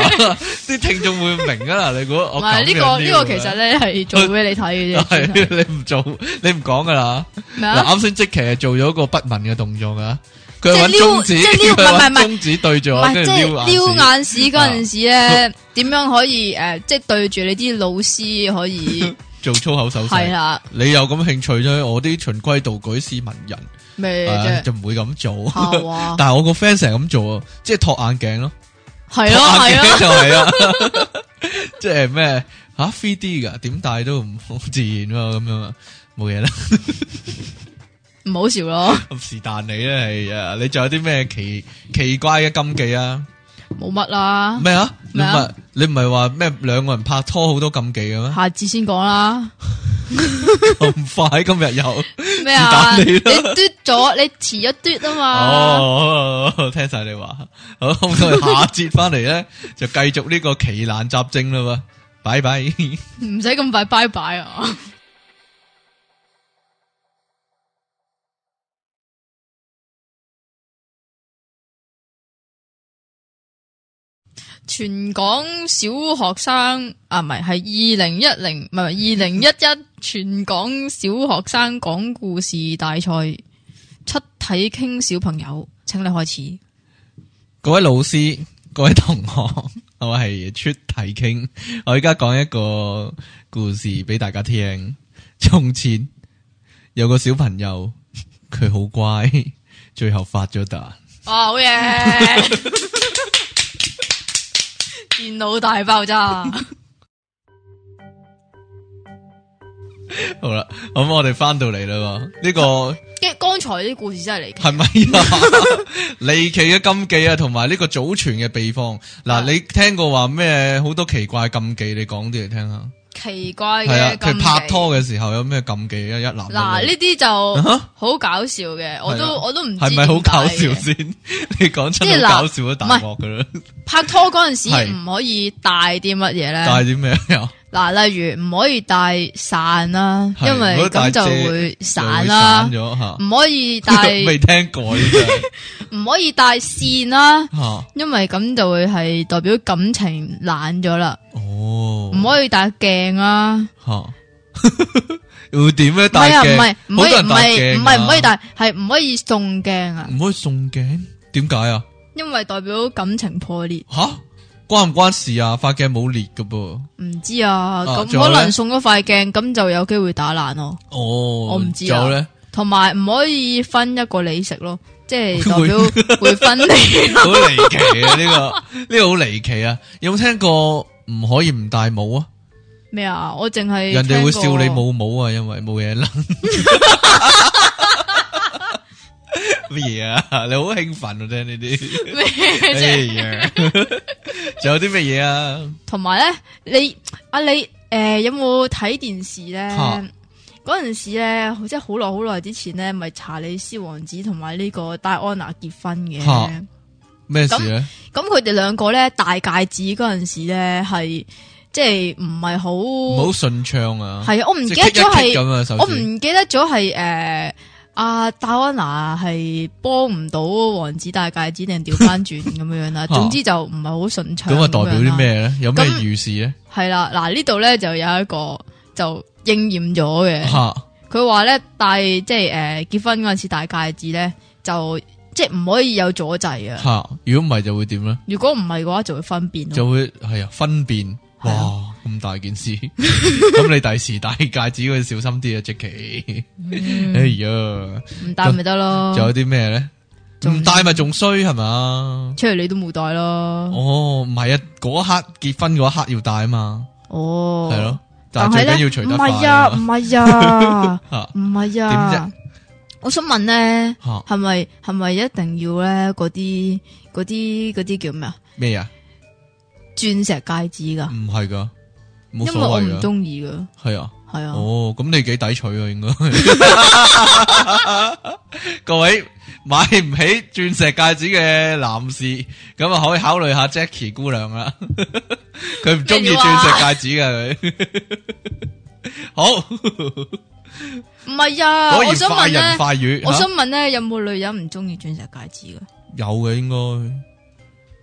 S1: 啲聽眾會明啊嗱，你估
S2: 唔
S1: 我咁
S2: 系呢
S1: 个
S2: 个呢个其实咧系做俾你睇嘅
S1: [LAUGHS]
S2: 啫算係，
S1: 系你唔做，你唔講噶啦。
S2: 咩
S1: 嗱，
S2: 啊？
S1: 啱先即期係做咗個不文嘅動作噶，佢
S2: 即係
S1: 係揾
S2: 撩
S1: 中指，
S2: 即係
S1: 佢
S2: 撩唔係唔
S1: 揾
S2: 係
S1: 中指對住
S2: 唔
S1: 我，
S2: 係
S1: 啊跟
S2: 即
S1: 住
S2: 係撩
S1: 眼
S2: 眼屎嗰陣時
S1: 啊
S2: 咧，點樣可以诶，即係對住你啲老師可以
S1: 屎做粗口手
S2: 係
S1: 勢。
S2: 啊啦，
S1: 你有咁興趣啫，我啲循規蹈矩斯文人，
S2: 咩
S1: 誒
S2: 啫？哦
S1: 就唔會咁
S2: 嚇
S1: 做。 [LAUGHS]
S2: 哇，
S1: 但係我個 friend 成日咁做啊，即係托眼鏡咯，
S2: 係
S1: 托
S2: 咯係
S1: 眼鏡
S2: 咯，
S1: 就係啊， [LAUGHS] 即係咩吓 three D 噶，點戴都唔好自然喎，咁樣啊，冇嘢啦。 [LAUGHS]
S2: 唔好笑咯，
S1: 咁是但你咧係啊，你仲有啲咩奇奇怪嘅禁忌啊？
S2: 冇乜啦，
S1: 咩啊？你
S2: 咩
S1: 唔
S2: 啊？
S1: 系你唔系话咩两个人拍拖好多禁忌嘅咩 [LAUGHS]
S2: 下次先講啦。
S1: 咁快今日有
S2: 咩啊？
S1: 是但
S2: 你
S1: 你啦
S2: 嘟咗，你遲一嘟啊嘛，
S1: 哦，听晒你话，好咁我哋下节翻嚟咧就继续呢个奇难杂症啦喎，拜拜。
S2: 唔使咁快拜拜啊！全港小學生啊，唔係係二零一零，唔係二零一一全港小學生講故事大賽出體傾小朋友，請你開始。
S1: 各位老师，各位同学， [LAUGHS] 我系出题倾，我而家讲一个故事俾大家听。从前有个小朋友，佢好乖，最后发咗达。
S2: 哇，哦好嘢！ [LAUGHS] 電腦大爆炸，
S1: 好啦，咁我哋翻到嚟啦喎，呢、個个
S2: 跟剛才啲故事真係離奇。
S1: 系咪啊？ [LAUGHS] 离奇嘅禁忌啊，同埋呢個祖傳嘅秘方。
S2: 啊
S1: 嗱，你聽過話咩好多奇怪禁忌？你講啲嚟聽下。
S2: 奇怪
S1: 係啊，
S2: 嘅禁
S1: 佢
S2: 忌
S1: 拍拖嘅時候有咩禁忌啊？一男一女
S2: 嗱呢啲
S1: 啊
S2: 就
S1: 哈
S2: 好搞笑嘅，我
S1: 係
S2: 都
S1: 啊
S2: 我都唔知
S1: 係咪好
S2: 點解
S1: 搞
S2: 嘅
S1: 笑先？ [LAUGHS] 你講
S2: 即
S1: 真
S2: 係嗱
S1: 好搞笑都大鑊噶啦， [LAUGHS]
S2: 拍拖嗰陣時
S1: 係
S2: 唔可以帶啲乜嘢
S1: 但係
S2: 咧？
S1: 啲咩啊？
S2: 嗱，例如唔可以帶傘啦，
S1: 係
S2: 因為
S1: 如果帶
S2: 咁就
S1: 遮
S2: 會散
S1: 就
S2: 啦嗯
S1: 會散。咗吓，
S2: 唔可
S1: [LAUGHS]
S2: 以帶
S1: 未聽過呢真
S2: [LAUGHS]
S1: 係
S2: 唔可以帶線啦，
S1: 吓
S2: 因為咁就會係代表感情冷咗啦。
S1: 哦，
S2: 唔可以戴鏡啊！
S1: 吓 [LAUGHS] 會點咧？
S2: 唔係
S1: 戴
S2: 啊，唔
S1: 鏡
S2: 係唔
S1: 好多
S2: 可以唔
S1: 人戴
S2: 係
S1: 鏡啊
S2: 唔係唔可以
S1: 㗎
S2: 戴，係唔可以送鏡啊！
S1: 唔可以送鏡？點解啊？
S2: 因為代表感情破裂，
S1: 吓關唔關事啊？塊鏡冇裂噶噃。
S2: 唔知啊，
S1: 啊
S2: 咁
S1: 仲有
S2: 可
S1: 呢
S2: 能送咗塊鏡，咁就有機會打爛咯。
S1: 哦，
S2: 我
S1: 我
S2: 唔知啊
S1: 有咧，
S2: 同埋唔可以分一個你食咯，即
S1: [LAUGHS]
S2: 係代
S1: 會
S2: 表會分你。 [LAUGHS]
S1: 好離奇啊！呢個呢個好離奇啊！有冇聽過唔可以唔戴帽啊？
S2: 咩啊？我淨係
S1: 人哋會笑你
S2: 聽過
S1: 冇帽啊，因為冇嘢啦。乜嘢啊？你好興奮啊！聽呢啲，
S2: [LAUGHS] 咩
S1: 哎
S2: 啫？
S1: 呀，仲有啲乜嘢啊？
S2: 同埋咧，你啊你诶有冇睇電視咧
S1: 嚇？
S2: 嗰陣時咧，即係好耐好耐之前咧，咪查理斯王子同埋呢個戴安娜結婚嘅
S1: 嚇。咩事啊咧？
S2: 咁佢哋兩個咧大戒指嗰阵时咧係即係
S1: 唔好
S2: 唔
S1: 順暢啊！
S2: 哦係啊，我唔記
S1: 即
S2: 得
S1: 係 kick 一
S2: 咗
S1: kick
S2: 係。
S1: 咁啊，手
S2: 我
S1: 指
S2: 唔記得咗係诶阿戴安娜係幫唔到王子戴戒指定調翻轉咁
S1: [LAUGHS]
S2: 樣啦。
S1: 嚇
S2: 總之就唔係好順暢。
S1: 啊咁啊，代表啲？咩咧？有咩
S2: 咁
S1: 預示啊咧？
S2: 係啦，嗱呢度咧就有一個就應驗咗嘅。
S1: 吓
S2: 佢話咧戴即係诶结婚嗰阵时戴戒指咧，就即係唔可以有阻
S1: [LAUGHS]
S2: 滯啊。
S1: 吓，如果唔係就會點咧？
S2: 如果唔係嘅話，就會分辨咯。
S1: 就會係啊分辨，
S2: 係啊
S1: 哇咁大件事，咁你第時戴戒指嗰陣小心啲啊，即奇。 [LAUGHS] 哎呀，
S2: 嗯唔戴咪得咯。
S1: 仲有啲咩咧？
S2: 哦仲有
S1: 唔戴咪仲衰係嘛？
S2: 出嚟你都冇戴咯。
S1: 哦，唔係啊，嗰一刻結婚嗰一刻要戴啊嘛，
S2: 哦，
S1: 係咯，但
S2: 但
S1: 係最
S2: 係咧，
S1: 緊要除
S2: 唔
S1: 得快
S2: 係啊，
S1: [LAUGHS]
S2: 唔係啊。
S1: 吓
S2: 唔系
S1: 點啫
S2: 啊，我想问咧，
S1: 吓
S2: 系咪系咪一定要咧嗰啲嗰啲嗰啲叫咩啊？
S1: 咩啊？
S2: 钻石戒指噶，
S1: 唔係噶，冇
S2: 因为我
S1: 所
S2: 唔
S1: 謂噶，
S2: 中意噶，
S1: 係啊。
S2: 系啊，
S1: 哦，咁你幾抵取啊？應該 [LAUGHS] 各位買唔起鑽石戒指嘅男士，咁啊可以考慮下 Jackie 姑娘啦。 [LAUGHS] 佢唔中意
S2: 咩料啊
S1: 鑽石戒指嘅佢。 [LAUGHS] 好，
S2: 唔系啊，
S1: 果
S2: 我
S1: 然
S2: 想
S1: 快
S2: 问
S1: 人
S2: 咧，
S1: 快語。
S2: 我
S1: 嚇
S2: 想问咧，有冇女人唔中意钻石戒指噶？
S1: 有嘅應該，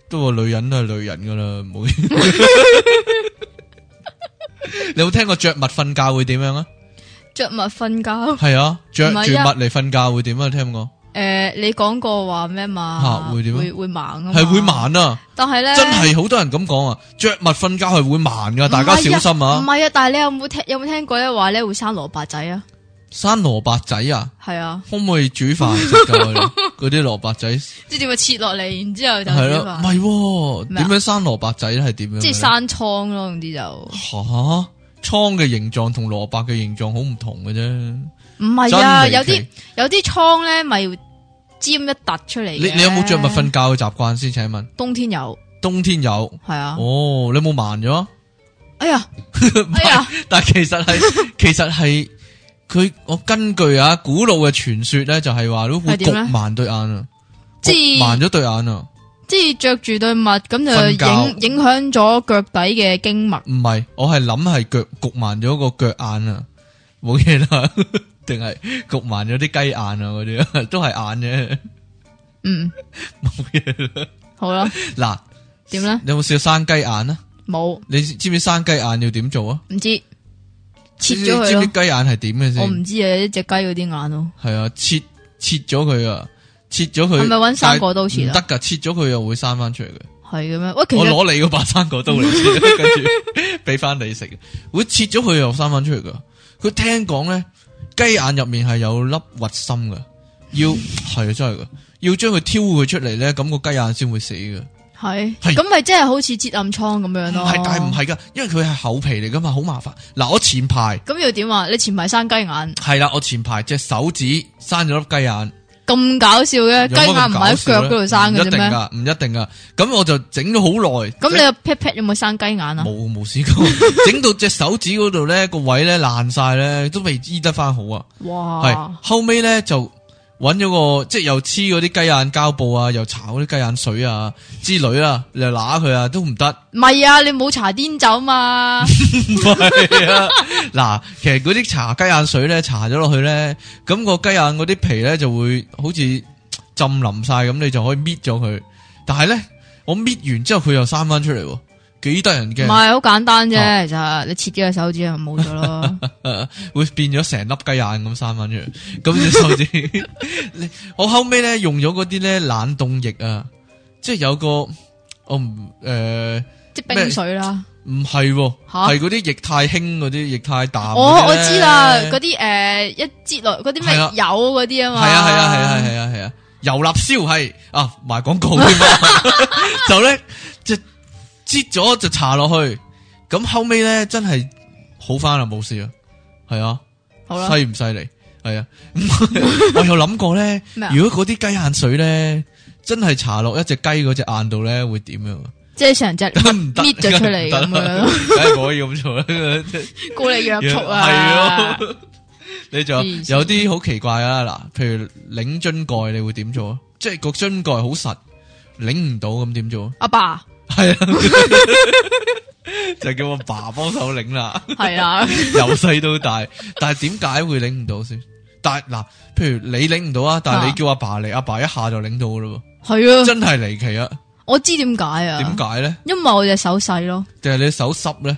S1: 都話女人都係女人噶啦，唔好。
S2: [LAUGHS]
S1: 你有冇聽過着襪瞓覺會點樣啊？
S2: 着襪瞓覺， [LAUGHS]
S1: 係啊，着
S2: 唔係啊
S1: 住襪嚟瞓覺會點啊？聽過
S2: 诶、你講過話咩嘛？
S1: 嚇會點啊
S2: 會會盲啊？
S1: 係會，盲啊！
S2: 但係咧，
S1: 真係好多人咁講啊，着襪瞓覺係會盲噶，大家小心
S2: 啊唔
S1: 啊！
S2: 係啊，但係你有冇聽有冇聽過咧話咧會生蘿蔔仔啊？
S1: 生蘿蔔仔啊，
S2: 係啊，
S1: 可唔可以煮飯食噶？嗰啲蘿蔔
S2: [LAUGHS]
S1: 仔
S2: 即係點會切落嚟，然之後就
S1: 係
S2: 點
S1: 咯，啊
S2: 啊
S1: 唔？係喎
S2: 咩
S1: 點
S2: 啊
S1: 樣生蘿蔔仔咧？係點樣嘅咧？
S2: 即係生瘡咯，總之就。
S1: 吓倉嘅形狀同蘿蔔嘅形狀好唔同嘅啫。
S2: 唔系啊，
S1: 真
S2: 有
S1: 離奇
S2: 啲有啲倉咧，咪尖一突出嚟嘅。
S1: 你你有冇着襪瞓覺嘅習慣先？請問
S2: 冬天有，
S1: 冬天有
S2: 系啊。
S1: 哦，你有冇盲咗？
S2: 哎
S1: [LAUGHS]
S2: 呀，
S1: 唔係
S2: [LAUGHS] 哎呀，
S1: 但係其實係
S2: [LAUGHS]
S1: 其實係佢我根據啊古老嘅傳說咧，就係話都會
S2: 係點咧
S1: 焗盲對眼啊，
S2: 即
S1: 焗
S2: 係
S1: 盲咗對眼啊。
S2: 即系着住對襪咁
S1: 瞓覺
S2: 就影影響咗腳底嘅經脈。
S1: 唔係，我係諗係腳焗慢咗個腳眼啊，冇嘢啦， [LAUGHS] 定係焗慢咗啲雞眼啊嗰啲啊，都係眼 [LAUGHS]
S2: 嗯，好啦，
S1: 啫。嗱，
S2: 點咧？
S1: 你有冇試過生雞眼啊？
S2: 冇，
S1: 你知唔知生雞眼要點做啊？
S2: 唔知切
S1: 知
S2: 咗
S1: 唔知知
S2: 佢
S1: 唔知
S2: 咯。
S1: 雞眼係點嘅
S2: 我唔
S1: 先？
S2: 知啊，一只雞嗰啲眼咯。
S1: 係啊，切切咗佢啊，切咗佢。
S2: 係咪搵生果刀切啊
S1: 唔得㗎，切咗佢又會生翻出嚟嘅。
S2: 係嘅咩？喂，其
S1: 我
S2: 實
S1: 攞你嗰把生果刀嚟
S2: [LAUGHS]
S1: 切，跟住俾翻你食，會切咗佢又生翻出嚟噶。佢聽講咧，雞眼入面係有粒核心噶，要係啊真係噶，要將佢挑佢出嚟咧，咁個雞眼先會死噶。
S2: 係
S1: 係
S2: 咁咪即係好似折暗瘡咁樣咯。
S1: 係，但係唔係噶，因為佢係厚皮嚟噶嘛，好麻煩。嗱，我前排
S2: 咁又點啊？你前排生雞眼
S1: 係啦，我前排隻手指生咗粒雞眼。
S2: 咁搞笑嘅，雞
S1: 有乜咁
S2: 眼唔
S1: 搞
S2: 喺
S1: 笑
S2: 腳
S1: 咧
S2: 嗰度生嘅
S1: 唔一
S2: 啫
S1: 定
S2: 咩？
S1: 噶，唔一定噶。咁我就整咗好耐。
S2: 咁你個 pat pat 有冇生雞眼啊？
S1: 冇冇試過， [LAUGHS] 整到隻手指嗰度咧個位咧爛晒咧，都未醫得翻好啊！係
S2: 哇，
S1: 後尾咧就揾咗個即係又黐嗰啲雞眼膠布啊，又搽嗰啲雞眼水啊之類啊，你又揦佢啊都唔得。
S2: 唔係啊，你冇搽癲酒嘛？
S1: [LAUGHS] 係啊嗱，其實嗰啲搽雞眼水咧，搽咗落去咧，咁、個雞眼嗰啲皮咧就會好似浸淋晒咁，你就可以搣咗佢。但係咧，我搣完之後佢又生翻出嚟，喎，幾得人
S2: 唔
S1: 驚。
S2: 係好簡單
S1: 啊
S2: 啫，其實你切咗個手指就冇咗
S1: [LAUGHS]
S2: 咯。
S1: 诶，会变咗成粒雞眼咁生翻出嚟，咁隻手指。你我後尾咧用咗嗰啲咧冷凍液啊，即係有個我唔诶
S2: 即係
S1: 咩
S2: 冰水啦。
S1: 唔係喎，
S2: 吓
S1: 係嗰啲液態氫嗰啲液態氮嗰啲呢。
S2: 哦，我知啦，嗰啲誒一擠落嗰啲咩
S1: 係啊
S2: 油嗰啲啊
S1: 係
S2: 嘛。
S1: 啊係啊係啊係啊係啊，油蠟燒係啊賣廣告添啊，
S2: [LAUGHS]
S1: 就咧就擠咗就搽落去，咁後尾咧真係好翻啦，冇事啦，係啊。
S2: 好啦，
S1: 犀唔犀利？系啊， [LAUGHS] 我有谂过咧
S2: 咩，啊
S1: 如果嗰啲雞眼水咧，真係搽落一隻雞嗰隻眼度咧，會點樣啊？
S2: 即係成隻
S1: 唔得
S2: 搣咗出嚟咁
S1: 唔得
S2: [LAUGHS] 樣，
S1: 梗係唔可以咁做啦。
S2: 高你約束啊
S1: [LAUGHS] 係。咯，你仲
S2: 黐線
S1: 有有啲好奇怪啊嗱，譬如擰樽蓋，你會點做啊？即係個樽蓋好實，领唔到咁點做？
S2: 阿爸
S1: 係啊， [LAUGHS] 就叫我爸幫手領啦。 [LAUGHS]
S2: 係啊，
S1: 由細到大，但係點解會領唔到先？但係嗱，譬如你領唔到啊，但係你
S2: 啊
S1: 叫阿爸嚟，阿爸一下就領到噶咯喎，
S2: 係啊，
S1: 真係離奇啊！
S2: 我知點解啊，
S1: 點解咧？
S2: 因為我隻手細咯，
S1: 定係你手濕咧？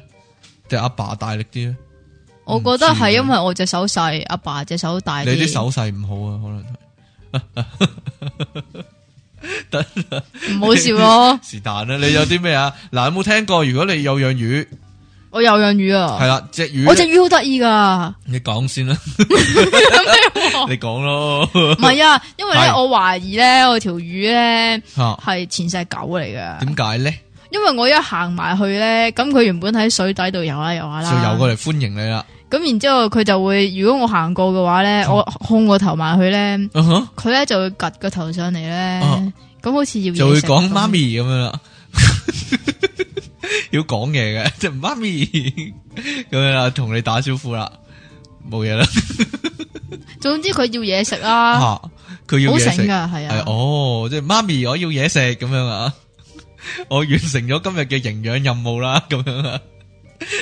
S1: 定係阿爸大力啲咧？
S2: 我覺得
S1: 唔知啊
S2: 係因為我隻手細，阿爸隻手大
S1: 你啲
S2: 啲，
S1: 手勢唔好啊，可能係，
S2: [LAUGHS] 唔好笑咯
S1: [LAUGHS] 是但啦。你有啲咩啊？嗱，有冇聽過？如果你有養魚，
S2: 我有養魚啊，
S1: 係啦，只魚
S2: 我隻
S1: 呢，
S2: 魚好得
S1: [LAUGHS]
S2: 意噶，
S1: 你講先啦，
S2: 哦
S1: 你講咯。
S2: [LAUGHS] 唔係啊，因為咧
S1: 係
S2: 我懷疑咧我條魚咧
S1: 吓，
S2: 係前世狗嚟噶，
S1: 點解咧？
S2: 因為我一行埋去咧，咁佢原本喺水底度游下游下
S1: 就
S2: 啦，
S1: 游過嚟歡迎你啦。
S2: 咁然之後佢就會，如果我行過嘅話咧，
S1: 哦
S2: 我控個頭埋去咧，
S1: 嗯哼，
S2: 佢咧就會趌個頭上嚟咧
S1: 啊，
S2: 咁好似要
S1: 就會
S2: 會
S1: 講媽，咪咁樣啦， [LAUGHS] 要講嘢嘅， [LAUGHS] 即係媽咪 [LAUGHS] 咁樣啦，同你打招呼啦，冇嘢啦。
S2: 總之佢要嘢食啦，
S1: 吓，佢要
S2: 啊好
S1: 嘢食
S2: 醒噶，。係
S1: 系
S2: 啊，
S1: 哦，即系妈咪，我要嘢食咁样啊！ [LAUGHS] 我完成咗今日嘅營養任務啦， [LAUGHS] 咁樣啊，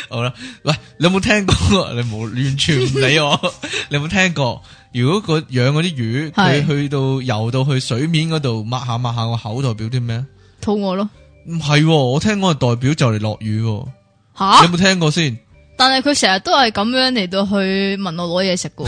S1: 好啦，喂，你有冇聽過？ [LAUGHS] 你冇完全唔理我，
S2: [LAUGHS]
S1: 你有冇聽過？如果個養嗰啲魚，佢
S2: 係
S1: 去到游到去水面嗰度，抹下抹下個口，代表啲咩？
S2: 肚餓咯，
S1: 唔係喎，我聽講係代表就嚟落雨喎，你
S2: 吓！
S1: 有冇聽過先？
S2: 但係佢成日都係咁樣嚟到去問我攞嘢食
S1: [LAUGHS]
S2: 噶，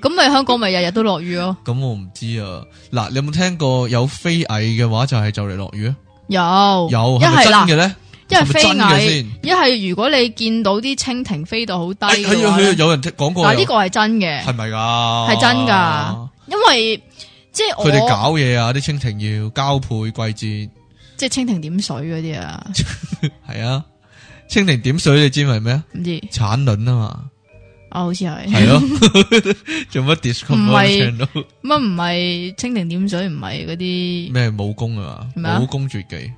S2: 咁咪香港咪日日都落雨咯，
S1: 咁我唔知啊。嗱，你有冇聽過有飛蟻嘅話就係就嚟落雨啊？
S2: 有
S1: 有
S2: 哦有一
S1: 係咪
S2: 係
S1: 真
S2: 啦
S1: 嘅，咧？
S2: 一係
S1: 係咪
S2: 飛
S1: 真嘅
S2: 蟻，
S1: 先？
S2: 一係如果你見到啲蜻蜓飛到好低
S1: 哎係
S2: 嘅
S1: 啊係
S2: 話
S1: 啊，
S2: 呢，
S1: 有人講過啊。
S2: 嗱呢個係真嘅，
S1: 系咪噶？
S2: 係真㗎。因為即係
S1: 佢哋
S2: 我。
S1: 搞嘢啊，啲蜻蜓要交配季
S2: 即系蜻蜓點水嗰
S1: [LAUGHS]
S2: 啲啊，
S1: 節，係啊。蜻蜓點水你知唔係咩啊？
S2: 唔知
S1: 產卵啊
S2: [LAUGHS]
S1: 嘛，
S2: 啊，好似係
S1: 係咯。 [LAUGHS] 做乜 Discovery
S2: 唔
S1: Channel
S2: 乜唔係蜻蜓點水，唔係嗰啲
S1: 咩武功啊
S2: 係咪啊
S1: 嘛？武功絕技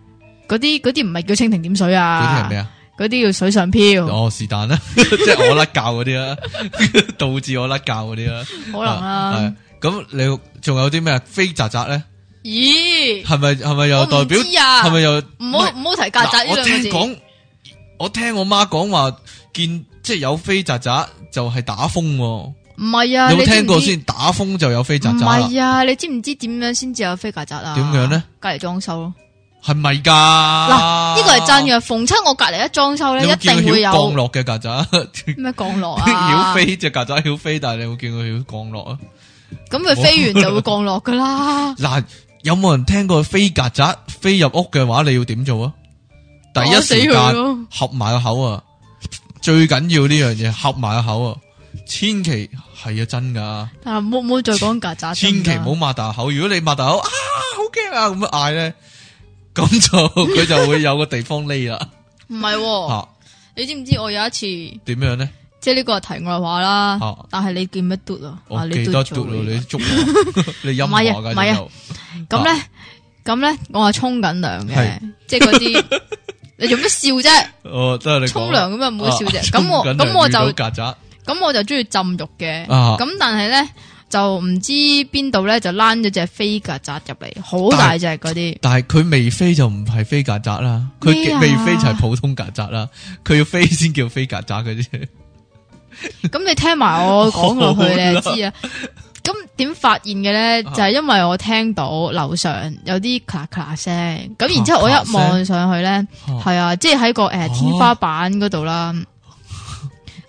S2: 嗰啲嗰啲唔係叫蜻蜓點水
S1: 嗰啲係
S2: 啊
S1: 咩，啊？
S2: 嗰啲叫水上漂，
S1: 哦，是但啦， [LAUGHS] 即係我甩教嗰啲啦，啊 [LAUGHS] 導致我甩教嗰啲啦。啊
S2: 可能啦
S1: 係。咁你仲有啲咩啊？飛曱甴咧，
S2: 咦，
S1: 係咪係咪
S2: 我
S1: 又代
S2: 唔
S1: 表？
S2: 知啊，
S1: 係咪又
S2: 唔好唔好提曱甴
S1: 嗱
S2: 呢兩
S1: 我
S2: 個字，
S1: 聽講，我聽我媽講話，見即係有飛曱甴就係打風喎。
S2: 唔係啊，
S1: 有冇
S2: 你知唔
S1: 聽過
S2: 知？
S1: 先？打風就有飛曱
S2: 唔
S1: 甴啦，
S2: 係啊，你知唔知點樣先至有飛曱甴啊？
S1: 點樣呢？
S2: 隔離裝修咯，
S1: 係咪㗎？
S2: 嗱
S1: 嗱
S2: 呢個係真。嘅。逢親我隔離一裝修咧，
S1: 你
S2: 一
S1: 有冇見過
S2: 定會
S1: 曉降
S2: 有
S1: 落嘅曱甴？
S2: 咩降落
S1: [LAUGHS] 曉
S2: 啊？
S1: 飛只曱甴曉飛，但係你有冇見過曉降落啊？
S2: 咁佢飛完就會降落噶啦。
S1: 嗱，有冇人聽過飛曱甴飛入屋嘅話，你要點做啊？ [LAUGHS] 第一
S2: 咬死
S1: 時
S2: 佢
S1: 間
S2: 咯
S1: 合埋個口啊！最緊要呢樣嘢合埋個口啊！千祈係啊，真㗎。
S2: 啊，唔好唔好再講曱甴，
S1: 千祈唔好擘大口。如果你擘大口啊，好驚啊咁樣嗌咧，咁
S2: [LAUGHS]
S1: 就佢就會有個地方匿啦。
S2: 唔係喎，
S1: 吓，
S2: 你知唔知我有一次，即
S1: 點樣咧？
S2: 系呢個係題外話啦
S1: 啊，
S2: 但係你見乜嘟啊？啊
S1: 我
S2: 你
S1: 記
S2: 嘟
S1: 得
S2: 咗
S1: 嘟到你
S2: 嘅 [LAUGHS]
S1: 捉我，你陰
S2: 唔係
S1: 我
S2: 啊
S1: 噶
S2: 唔係啊
S1: 就
S2: 咁咧，咁咧，我係沖緊涼嘅
S1: 係，
S2: 即係嗰
S1: [LAUGHS]
S2: 啲你做咩笑啫？
S1: 哦，都係你啊
S2: 沖涼咁又啊唔會笑啫。咁我咁
S1: 咁
S2: 我就
S1: 曱
S2: [LAUGHS]
S1: 甴
S2: 咁我就中意浸浴嘅，
S1: 啊
S2: 咁但係咧就唔知邊度咧就躝咗隻飛曱甴入嚟，好大隻嗰啲。
S1: 但係佢未飛就唔係飛曱甴啦，佢
S2: 咩啊
S1: 未飛就係普通曱甴啦，佢要飛先叫飛曱甴嘅啫。
S2: 咁你聽埋我講落去你就
S1: 好啦
S2: 知啊。咁點發現嘅
S1: 啊
S2: 咧？就係因為我聽到樓上有啲咔啦咔啦聲，咁然之後我一望上去咧，
S1: 好
S2: 係啊，即係喺個诶天
S1: 哦
S2: 花板嗰
S1: [LAUGHS]
S2: 度啦，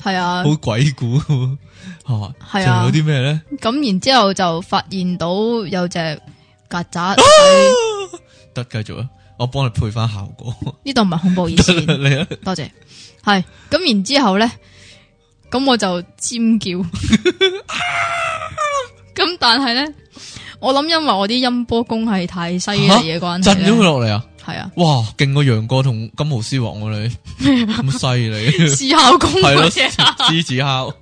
S2: 係啊，
S1: 鬼故 [LAUGHS] 吓，
S2: 係
S1: 仲
S2: 啊
S1: 有啲咩咧？
S2: 咁然之後就發現到有隻曱
S1: 啊
S2: 甴喺
S1: 得繼續啊，我幫你配翻效果。
S2: 呢度，唔係恐怖
S1: [LAUGHS]
S2: 熱線，
S1: 你啊。
S2: 多謝。係咁然之後咧，咁我就尖叫，咁但係咧，我諗因為我啲音波功係太犀利嘅關係
S1: 震咗佢
S2: 咧，
S1: 落嚟啊！
S2: 係啊，
S1: 哇，勁過楊過同金毛獅王喎、
S2: [LAUGHS]
S1: 你，咁犀利，
S2: 試效功
S1: 係咯，
S2: 嗰只啊
S1: 獅子烤，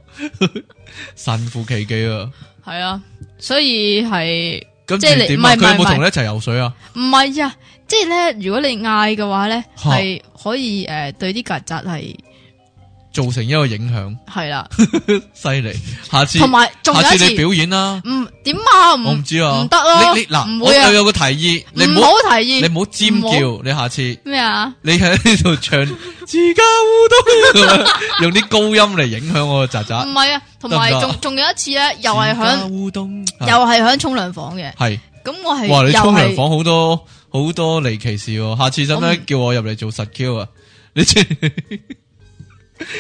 S1: [LAUGHS] 神乎其技啊！
S2: 係啊，所以係。
S1: 咁
S2: 即係你
S1: 點啊？
S2: 唔係
S1: 佢有
S2: 唔係
S1: 冇同你一齊游水啊？
S2: 唔係啊，即係咧，如果你嗌嘅話咧，
S1: 嚇
S2: 係可以诶、呃對啲曱甴係
S1: 造成一個影響，
S2: 系啦，
S1: 犀利。下次
S2: 同埋仲有
S1: 下
S2: 一
S1: 次你
S2: 次，
S1: 表演啦，
S2: 唔點啊？
S1: 我唔知啊，
S2: 唔得咯，
S1: 你你嗱，
S2: 唔
S1: 我
S2: 會啊
S1: 又，有個提議，你
S2: 唔
S1: 唔好
S2: 好提
S1: 你
S2: 議
S1: 唔好尖
S2: 唔
S1: 叫，你下次。
S2: 咩啊？
S1: 你喺呢度唱 [LAUGHS] 自家烏冬咁
S2: [LAUGHS]
S1: 樣，用啲高音嚟影響我嘅侄侄。
S2: 唔係啊，同埋
S1: 得唔得啊
S2: 仲仲有一次咧，又係
S1: 自家
S2: 響
S1: 烏冬，
S2: 又係響沖涼房嘅，
S1: 係
S2: 咁我係
S1: 哇！你
S2: 又
S1: 沖涼
S2: 係
S1: 房好多好多離奇事喎，下次使唔
S2: 我
S1: 使
S2: 唔
S1: 叫我入嚟做實 Q 啊？ [LAUGHS] 你知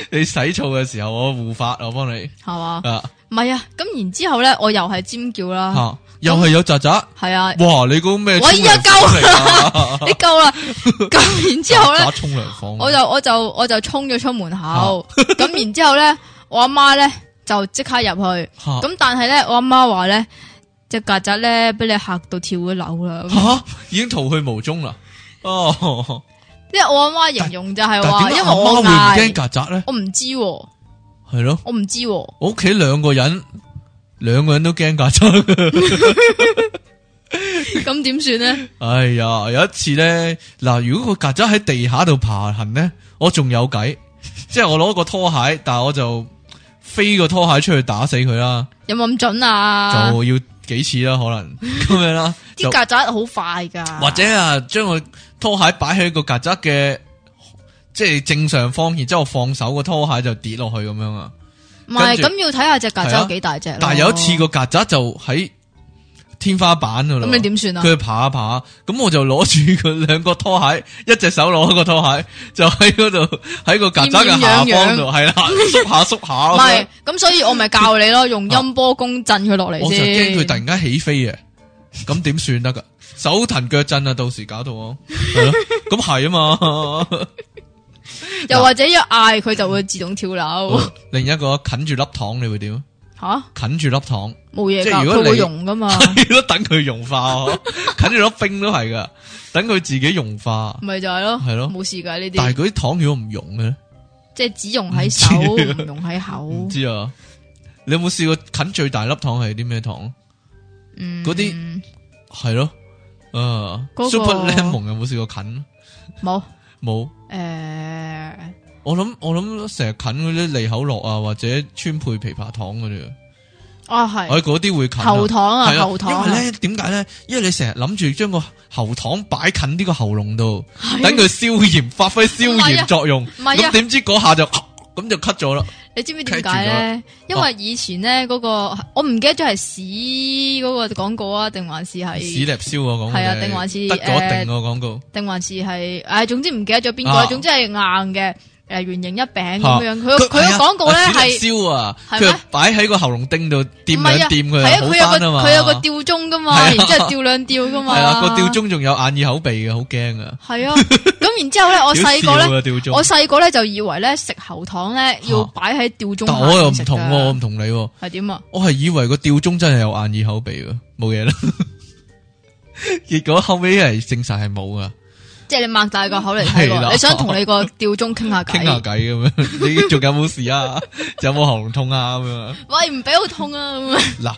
S1: 你洗澡嘅時候，我護髮，我幫你
S2: 係嘛？
S1: 啊
S2: 唔係啊，咁然之後咧，我又係尖叫啦，
S1: 吓，啊又係有侄侄。[LAUGHS]
S2: 係啊，
S1: 哇！你估咩沖
S2: 哦我
S1: 涼
S2: 依家
S1: 房嚟㗎？
S2: 你夠
S1: [LAUGHS]
S2: 啦，咁然之後咧
S1: 打。啊沖涼房，
S2: 我就我就我就冲咗出門口，咁然之后咧，我阿媽咧就即刻入去，
S1: 吓
S2: 咁但係咧，我阿媽話咧，只曱甴咧俾你嚇到跳咗樓啦，
S1: 吓已經逃去無蹤啦。哦，
S2: 因為我阿媽形容就係
S1: 但
S2: 話，
S1: 係
S2: 因
S1: 點
S2: 為
S1: 解阿媽
S2: 我
S1: 會唔驚
S2: 嗌，
S1: 曱甴咧？
S2: 我唔知喎，
S1: 係咯。
S2: 我唔知喎，
S1: 我屋企兩個人，兩個人都驚曱甴。
S2: 咁點算咧？
S1: 哎呀，有一次咧，嗱，如果個曱甴喺地下度爬行咧，我仲有
S2: [LAUGHS]
S1: 計，即係我攞個拖鞋，但係我就飛個拖鞋出去打死佢啦，
S2: [LAUGHS] 有冇咁準啊？
S1: 就要幾次啦，可
S2: [LAUGHS]
S1: 能咁樣啦，
S2: 啲
S1: 就
S2: 曱甴好快㗎，
S1: 或者啊，將個拖鞋擺喺個曱甴嘅即係正上方，然之後放手個拖鞋就跌落去咁樣
S2: 哦
S1: 啊。
S2: 唔
S1: 跟
S2: 係
S1: 住啊
S2: 咁要睇下只曱甴有幾大隻咯。
S1: 但係有一次個曱甴就喺天花板噶啦。
S2: 咁你點算啊？
S1: 佢爬一爬，咁我就攞住佢兩個拖鞋，一隻手攞個拖鞋，就喺嗰 [LAUGHS] 度喺個曱甴嘅下方度，係啦，縮下縮下。
S2: 唔
S1: 咁樣
S2: 係，咁所以我咪教你
S1: [LAUGHS]
S2: 咯，用音波弓震佢落嚟
S1: 啊我就
S2: 先。
S1: 驚佢突然間起飛啊！咁點算得噶？手騰腳震啊！到時搞到 [LAUGHS] 我，係咯，咁係啊嘛。
S2: [LAUGHS] 又或者一嗌佢就會自動跳樓
S1: 好另一個啃住粒糖，你會點？啊
S2: 吓，
S1: 啃住粒糖，
S2: 冇嘢
S1: 即
S2: 噶，
S1: 係如果
S2: 佢
S1: 你
S2: 會溶
S1: [LAUGHS]
S2: 噶嘛，
S1: 都等佢融化， [LAUGHS] 啃住粒冰都係噶，等佢自己融化。
S2: 咪就係咯，
S1: 係咯
S2: 冇事噶呢
S1: 但係
S2: 啲，
S1: 嗰啲糖如果唔溶嘅咧？
S2: 即係只溶喺手，
S1: 唔知啊
S2: 唔溶喺
S1: 唔
S2: 口。
S1: 知啊，你有冇试过啃最大粒糖系啲咩糖？
S2: 嗯，
S1: 嗰啲系咯，啊
S2: 嗰個
S1: ，Super Lemon 有冇试过啃？
S2: 冇
S1: 冇，
S2: 诶，
S1: 我谂我谂成日啃嗰啲利口樂啊，或者川貝枇杷糖嗰啲啊，
S2: 啊係
S1: 我嗰啲會啃啊。
S2: 喉糖啊，
S1: 係
S2: 喉糖
S1: 因為
S2: 啊，
S1: 咧點解咧？因為你成日諗住將個喉糖擺近呢個喉嚨度，
S2: 係
S1: 等佢消炎，發揮
S2: 唔
S1: 消
S2: 係啊
S1: 炎作用。
S2: 唔係啊
S1: 咁點知嗰下就咁就咳咗啦。
S2: 你知唔知點解咧？因
S1: 哦
S2: 為以前咧嗰個我唔記得咗係屎嗰個廣告啊，定還是
S1: 屎
S2: 係
S1: 粒燒我講，
S2: 係啊定還是
S1: 得咗
S2: 誒
S1: 定啊個廣告。
S2: 定還是係唉，總之唔記得咗邊個
S1: 啊
S2: 啦，總之係硬嘅诶圓形一餅
S1: 啊
S2: 咁樣。佢個佢
S1: 係啊
S2: 個廣告咧
S1: 啊
S2: 係。
S1: 紙粒燒啊，
S2: 係
S1: 佢
S2: 咩
S1: 又擺喺個喉嚨釘度掂
S2: 唔係
S1: 兩
S2: 啊，
S1: 掂
S2: 係啊，
S1: 佢，
S2: 佢有
S1: 好翻
S2: 個
S1: 啊嘛。
S2: 佢有個吊鐘噶嘛，
S1: 係啊
S2: 然之後吊兩吊噶嘛，
S1: 係啊，個吊鐘仲有眼耳口鼻嘅，好驚啊！
S2: 係啊，咁然之後咧，我細個
S1: 屌笑
S2: 咧，
S1: 啊吊
S2: 我
S1: 鐘，
S2: 細個咧就以為咧食喉糖咧要擺喺吊鐘
S1: 但
S2: 下
S1: 我又
S2: 面
S1: 唔
S2: 食
S1: 同喎，我
S2: 㗎，
S1: 唔同你喎，
S2: 係點啊？
S1: 我係以為個吊鐘真係有眼耳口鼻嘅，冇嘢啦。 [LAUGHS] 結果後尾係證實係冇啊噶，
S2: 即係你擘大個口嚟睇
S1: 係啦
S2: 喎，你想同你個吊鐘傾下
S1: 傾下
S2: 偈，
S1: 偈咁樣，你仲有冇事啊？ [LAUGHS] 有冇喉嚨痛啊？咁樣啊
S2: 喂唔俾好痛啊咁啊，
S1: 嗱，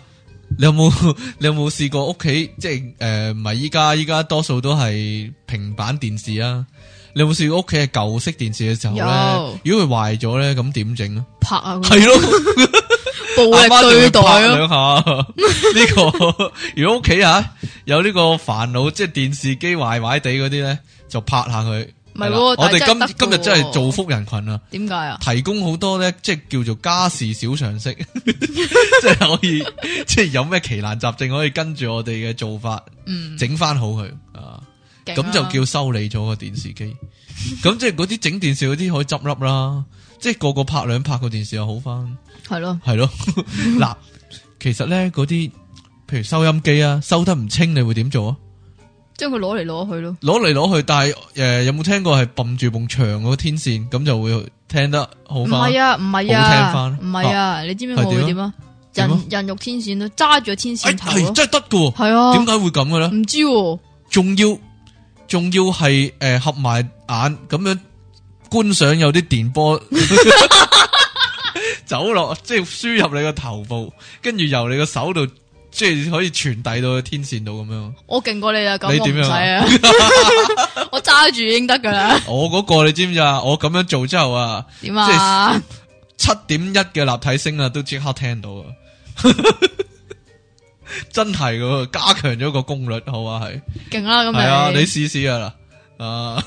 S1: 你有冇 [LAUGHS] 你有冇試過屋企即係诶，唔係依家依家多數都係平板電視啊？你有冇試過屋企係舊式電視嘅時候咧
S2: 有？
S1: 如果佢壞咗咧，咁點整啊？
S2: 拍啊咁，
S1: 係咯，
S2: 暴
S1: 阿媽
S2: 力對
S1: 仲要拍啊
S2: 待啊咯，
S1: 兩下。 [LAUGHS] 呢個如果屋企啊有呢個煩惱，即係電視機壞壞地嗰啲咧，就拍下佢。
S2: 唔
S1: 係
S2: 係喎
S1: 啦我
S2: 但係真係
S1: 哋
S2: 得
S1: 今今日
S2: 㗎喎
S1: 真係造福人群啊！
S2: 點解啊？
S1: 提供好多咧，即係叫做家事小常
S2: [LAUGHS]
S1: 識，即係可以，即係有咩奇難雜症可以跟住我哋嘅做法
S2: 嗯，
S1: 整翻好佢啊！
S2: 勁啊
S1: 咁就叫修理咗個電視機。咁即係嗰啲整電視嗰啲可以執笠啦，即係個個拍兩拍個電視又好翻，
S2: 係咯，
S1: 係
S2: [LAUGHS]
S1: 咯。嗱，其實咧嗰啲，譬如收音機啊，收得唔清你會點做啊？
S2: 將佢攞嚟攞去咯，
S1: 攞嚟攞去，但係诶、誒有冇聽過係揼住埲牆嗰個天線，咁就會聽得好
S2: 唔
S1: 翻？
S2: 係啊，唔係
S1: 好
S2: 啊
S1: 聽，
S2: 唔係啊，你知唔知我
S1: 係點
S2: 會
S1: 啊
S2: 點啊？
S1: 點啊
S2: 人人肉天線咯，揸住個天
S1: 哎
S2: 線頭
S1: 係
S2: 咯，
S1: 真係得噶喎。
S2: 係啊，
S1: 点解会咁嘅咧？
S2: 唔知喎，
S1: 仲要仲要系诶、呃合埋眼咁样观赏有啲电波 [LAUGHS] 走落，即系输入你个头部，跟住由你个手度即系可以传递到去天线度咁样。
S2: 我劲过你啦，咁
S1: 你
S2: 我
S1: 點
S2: 唔
S1: 樣
S2: 使
S1: 啊
S2: 啊， [LAUGHS] 我揸住已经得噶啦。
S1: [LAUGHS] 我嗰个你知唔知啊？我咁样做之后啊，
S2: 点啊？
S1: 七点一嘅立体声啊，都即刻听到啊！ [LAUGHS] 真系噶，加强咗个功率，好啊，系
S2: 劲啦，咁
S1: 系啊，
S2: 咪
S1: 你试试啊嗱，啊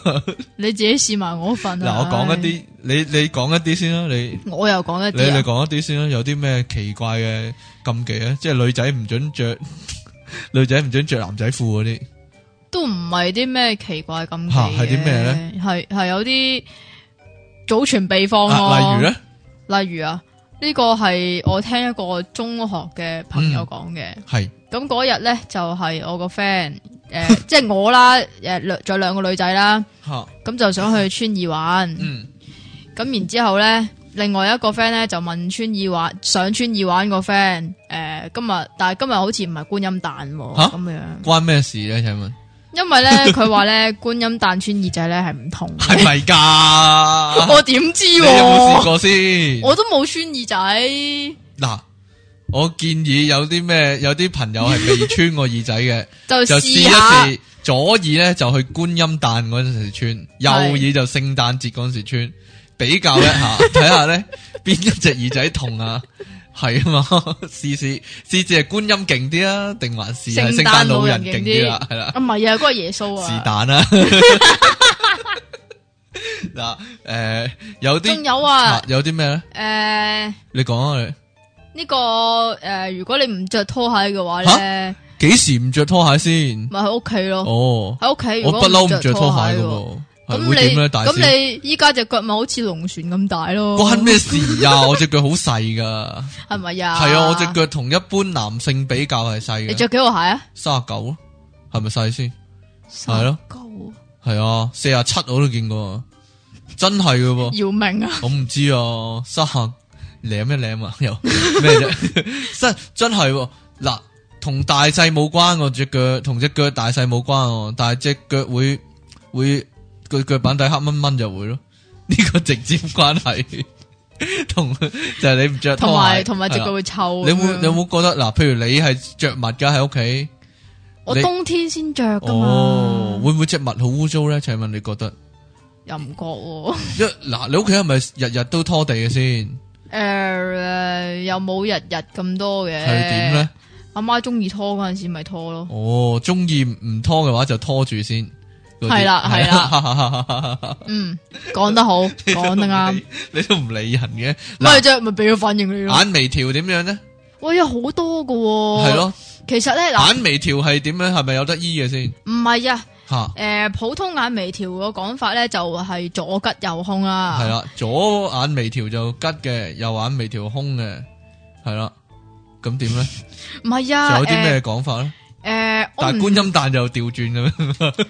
S2: 你自己试埋我份
S1: 嗱，
S2: 啊。
S1: 我讲一啲，你你讲一啲先啦，你
S2: 啲，我又讲一
S1: 你你
S2: 啲啊。
S1: 讲一啲先啦，有啲咩奇怪嘅禁忌啊？即系女仔唔准着， [LAUGHS] 女仔唔准着男仔裤嗰啲，
S2: 都唔系啲咩奇怪禁忌
S1: 嚇
S2: 嘅
S1: 係啲咩呢？
S2: 系系有啲祖傳秘方咯。
S1: 啊例如咧，
S2: 例如啊，呢個係我聽一個中學嘅朋友講嘅。
S1: 系
S2: 咁嗰日咧就係我個 friend，诶， [LAUGHS] 即係我啦，诶，兩仲有兩個女仔啦，
S1: 吓，
S2: 咁就想去穿耳環。
S1: 嗯，
S2: 咁然之後咧，另外一個 friend 咧就問穿耳環，想穿耳環個 friend，诶，今日但係今日好似唔係觀音誕
S1: 嚇
S2: 喎，咁樣。
S1: 关咩事咧？请 [LAUGHS] 问
S2: 因為咧，佢話咧，觀音誕穿耳仔咧係唔同嘅。
S1: 系咪 [LAUGHS] 噶？
S2: 我點知
S1: 啊你有
S2: 喎、
S1: 冇试过先？
S2: 我都冇穿耳仔，
S1: 嗱，我建議有啲咩，有啲朋友係未穿過耳仔嘅，就
S2: 就
S1: 試
S2: 試
S1: 一
S2: 下。
S1: 試。左耳咧就去觀音誕嗰陣時穿，右耳就聖誕節嗰陣時穿，比較
S2: [LAUGHS]
S1: 一下，睇下咧邊一隻耳仔痛啊！係啊嘛， [LAUGHS] 試試試試係觀音勁啲啊，定還是係聖
S2: 聖
S1: 誕
S2: 誕
S1: 老
S2: 老
S1: 人
S2: 人
S1: 勁
S2: 勁
S1: 啲
S2: 啲
S1: 啦？係啦。
S2: 啊，唔係啊，嗰個耶穌
S1: 是
S2: 啊，
S1: 但啦。 [LAUGHS] 嗱，诶，有
S2: 仲
S1: 啲
S2: 有啊呃
S1: 啊，有啲咩咧？
S2: 诶，呢、
S1: 你講啊，你
S2: 個诶、誒呃如果你唔着拖鞋嘅話咧，
S1: 幾時唔着拖鞋先？
S2: 咪喺屋企咯，
S1: 哦，
S2: 喺屋企哎如
S1: 我
S2: 果
S1: 不嬲唔
S2: 唔
S1: 着
S2: 着
S1: 拖
S2: 拖
S1: 鞋
S2: 鞋
S1: 嘅
S2: 喎，
S1: 喎，係會
S2: 咁
S1: 點
S2: 你
S1: 咧？大師
S2: 咁你依家隻腳咪好似龍船咁大咯，
S1: 關咩事啊？我只腳好細噶，
S2: 係咪 [LAUGHS] 啊？
S1: 係啊，我只，腳同一般男性比較係細
S2: 你
S1: 嘅，
S2: 着幾個鞋啊？
S1: 三十九咯，係咪細先？係
S2: 係
S1: 咯，
S2: 夠啊
S1: 係啊，四十七我都見過啊，真係嘅喎。
S2: 姚明啊，
S1: 我唔知啊，失衡舐一舐啊，又 [LAUGHS] 咩啫？ [LAUGHS] 真真系嗱，同大细冇关喎，只脚同只脚大细冇关喎，但系只脚会会个脚板底黑蚊蚊就会咯， [LAUGHS] 呢、個个直接关系 [LAUGHS] 同就系你唔着拖
S2: 同埋
S1: 鞋，
S2: 同埋只
S1: 係啦
S2: 腳
S1: 啊
S2: 會啊臭咁
S1: 你
S2: 樣。
S1: 會你有冇覺得嗱？譬如你係着襪噶喺屋企，
S2: 我
S1: 你
S2: 冬天先着噶嘛？
S1: 哦，會唔會只襪好污糟咧？請問你覺得？
S2: 又唔覺喎， [LAUGHS]
S1: 一嗱，你屋企係咪日日都拖地嘅先？
S2: 诶又冇日日咁多嘅。
S1: 係點咧？？
S2: 阿媽中意拖嗰阵时咪拖咯。
S1: 哦，中意唔拖嘅话就拖住先。嗰啲 [LAUGHS]
S2: 係啦係
S1: 啦，
S2: 嗯，講
S1: [LAUGHS]
S2: 得好，講得啱。
S1: 你都唔理人嘅。
S2: 咪
S1: 嗱，啊
S2: 啫，咪俾個反應你咯。哦
S1: 眼眉条点样咧？
S2: 喂，有好多噶喎。
S1: 系。咯，啊
S2: 其實咧嗱，
S1: 眼眉条系点样？系咪有得医嘅先？
S2: 唔係啊，
S1: 吓，
S2: 诶，普通眼眉條個講法咧就係左吉右胸啦。
S1: 系。啦，左眼眉条就吉嘅，右眼眉条空嘅，系啦。咁点咧？
S2: 唔係 [LAUGHS] 啊。
S1: 仲有啲咩讲法咧？
S2: 诶？诶，我
S1: 但
S2: 唔
S1: 系观音诞就调转咁样，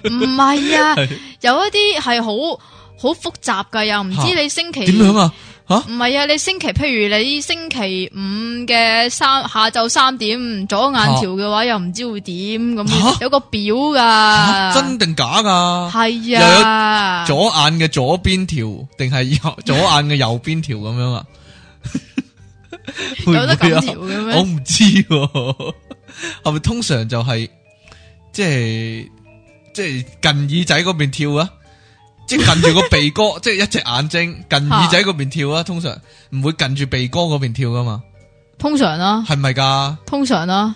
S2: 唔係啊
S1: [LAUGHS] 係，
S2: 有一啲係好好複雜噶，又唔知
S1: 嚇
S2: 你星期
S1: 点样啊？
S2: 唔係啊，你星期譬如你星期五嘅三下晝三點左眼條嘅話，又唔知會點
S1: 嚇
S2: 咁，有個表
S1: 吓
S2: 噶，
S1: 真定假噶？
S2: 係啊，
S1: 左眼嘅左边条，定系右
S2: [LAUGHS]
S1: 左眼嘅右边条咁样啊？會唔會
S2: 有得咁
S1: 啊
S2: 條嘅
S1: 我
S2: 咩？
S1: 唔知喎，系咪通常就系、即系即系近耳仔嗰边跳啊？即系近住个鼻
S2: [LAUGHS]
S1: 哥，即系一只眼睛近耳仔嗰边跳啊！通常唔会近住鼻哥嗰边跳噶嘛，
S2: 通常啦，
S1: 系咪噶？
S2: 通常啦，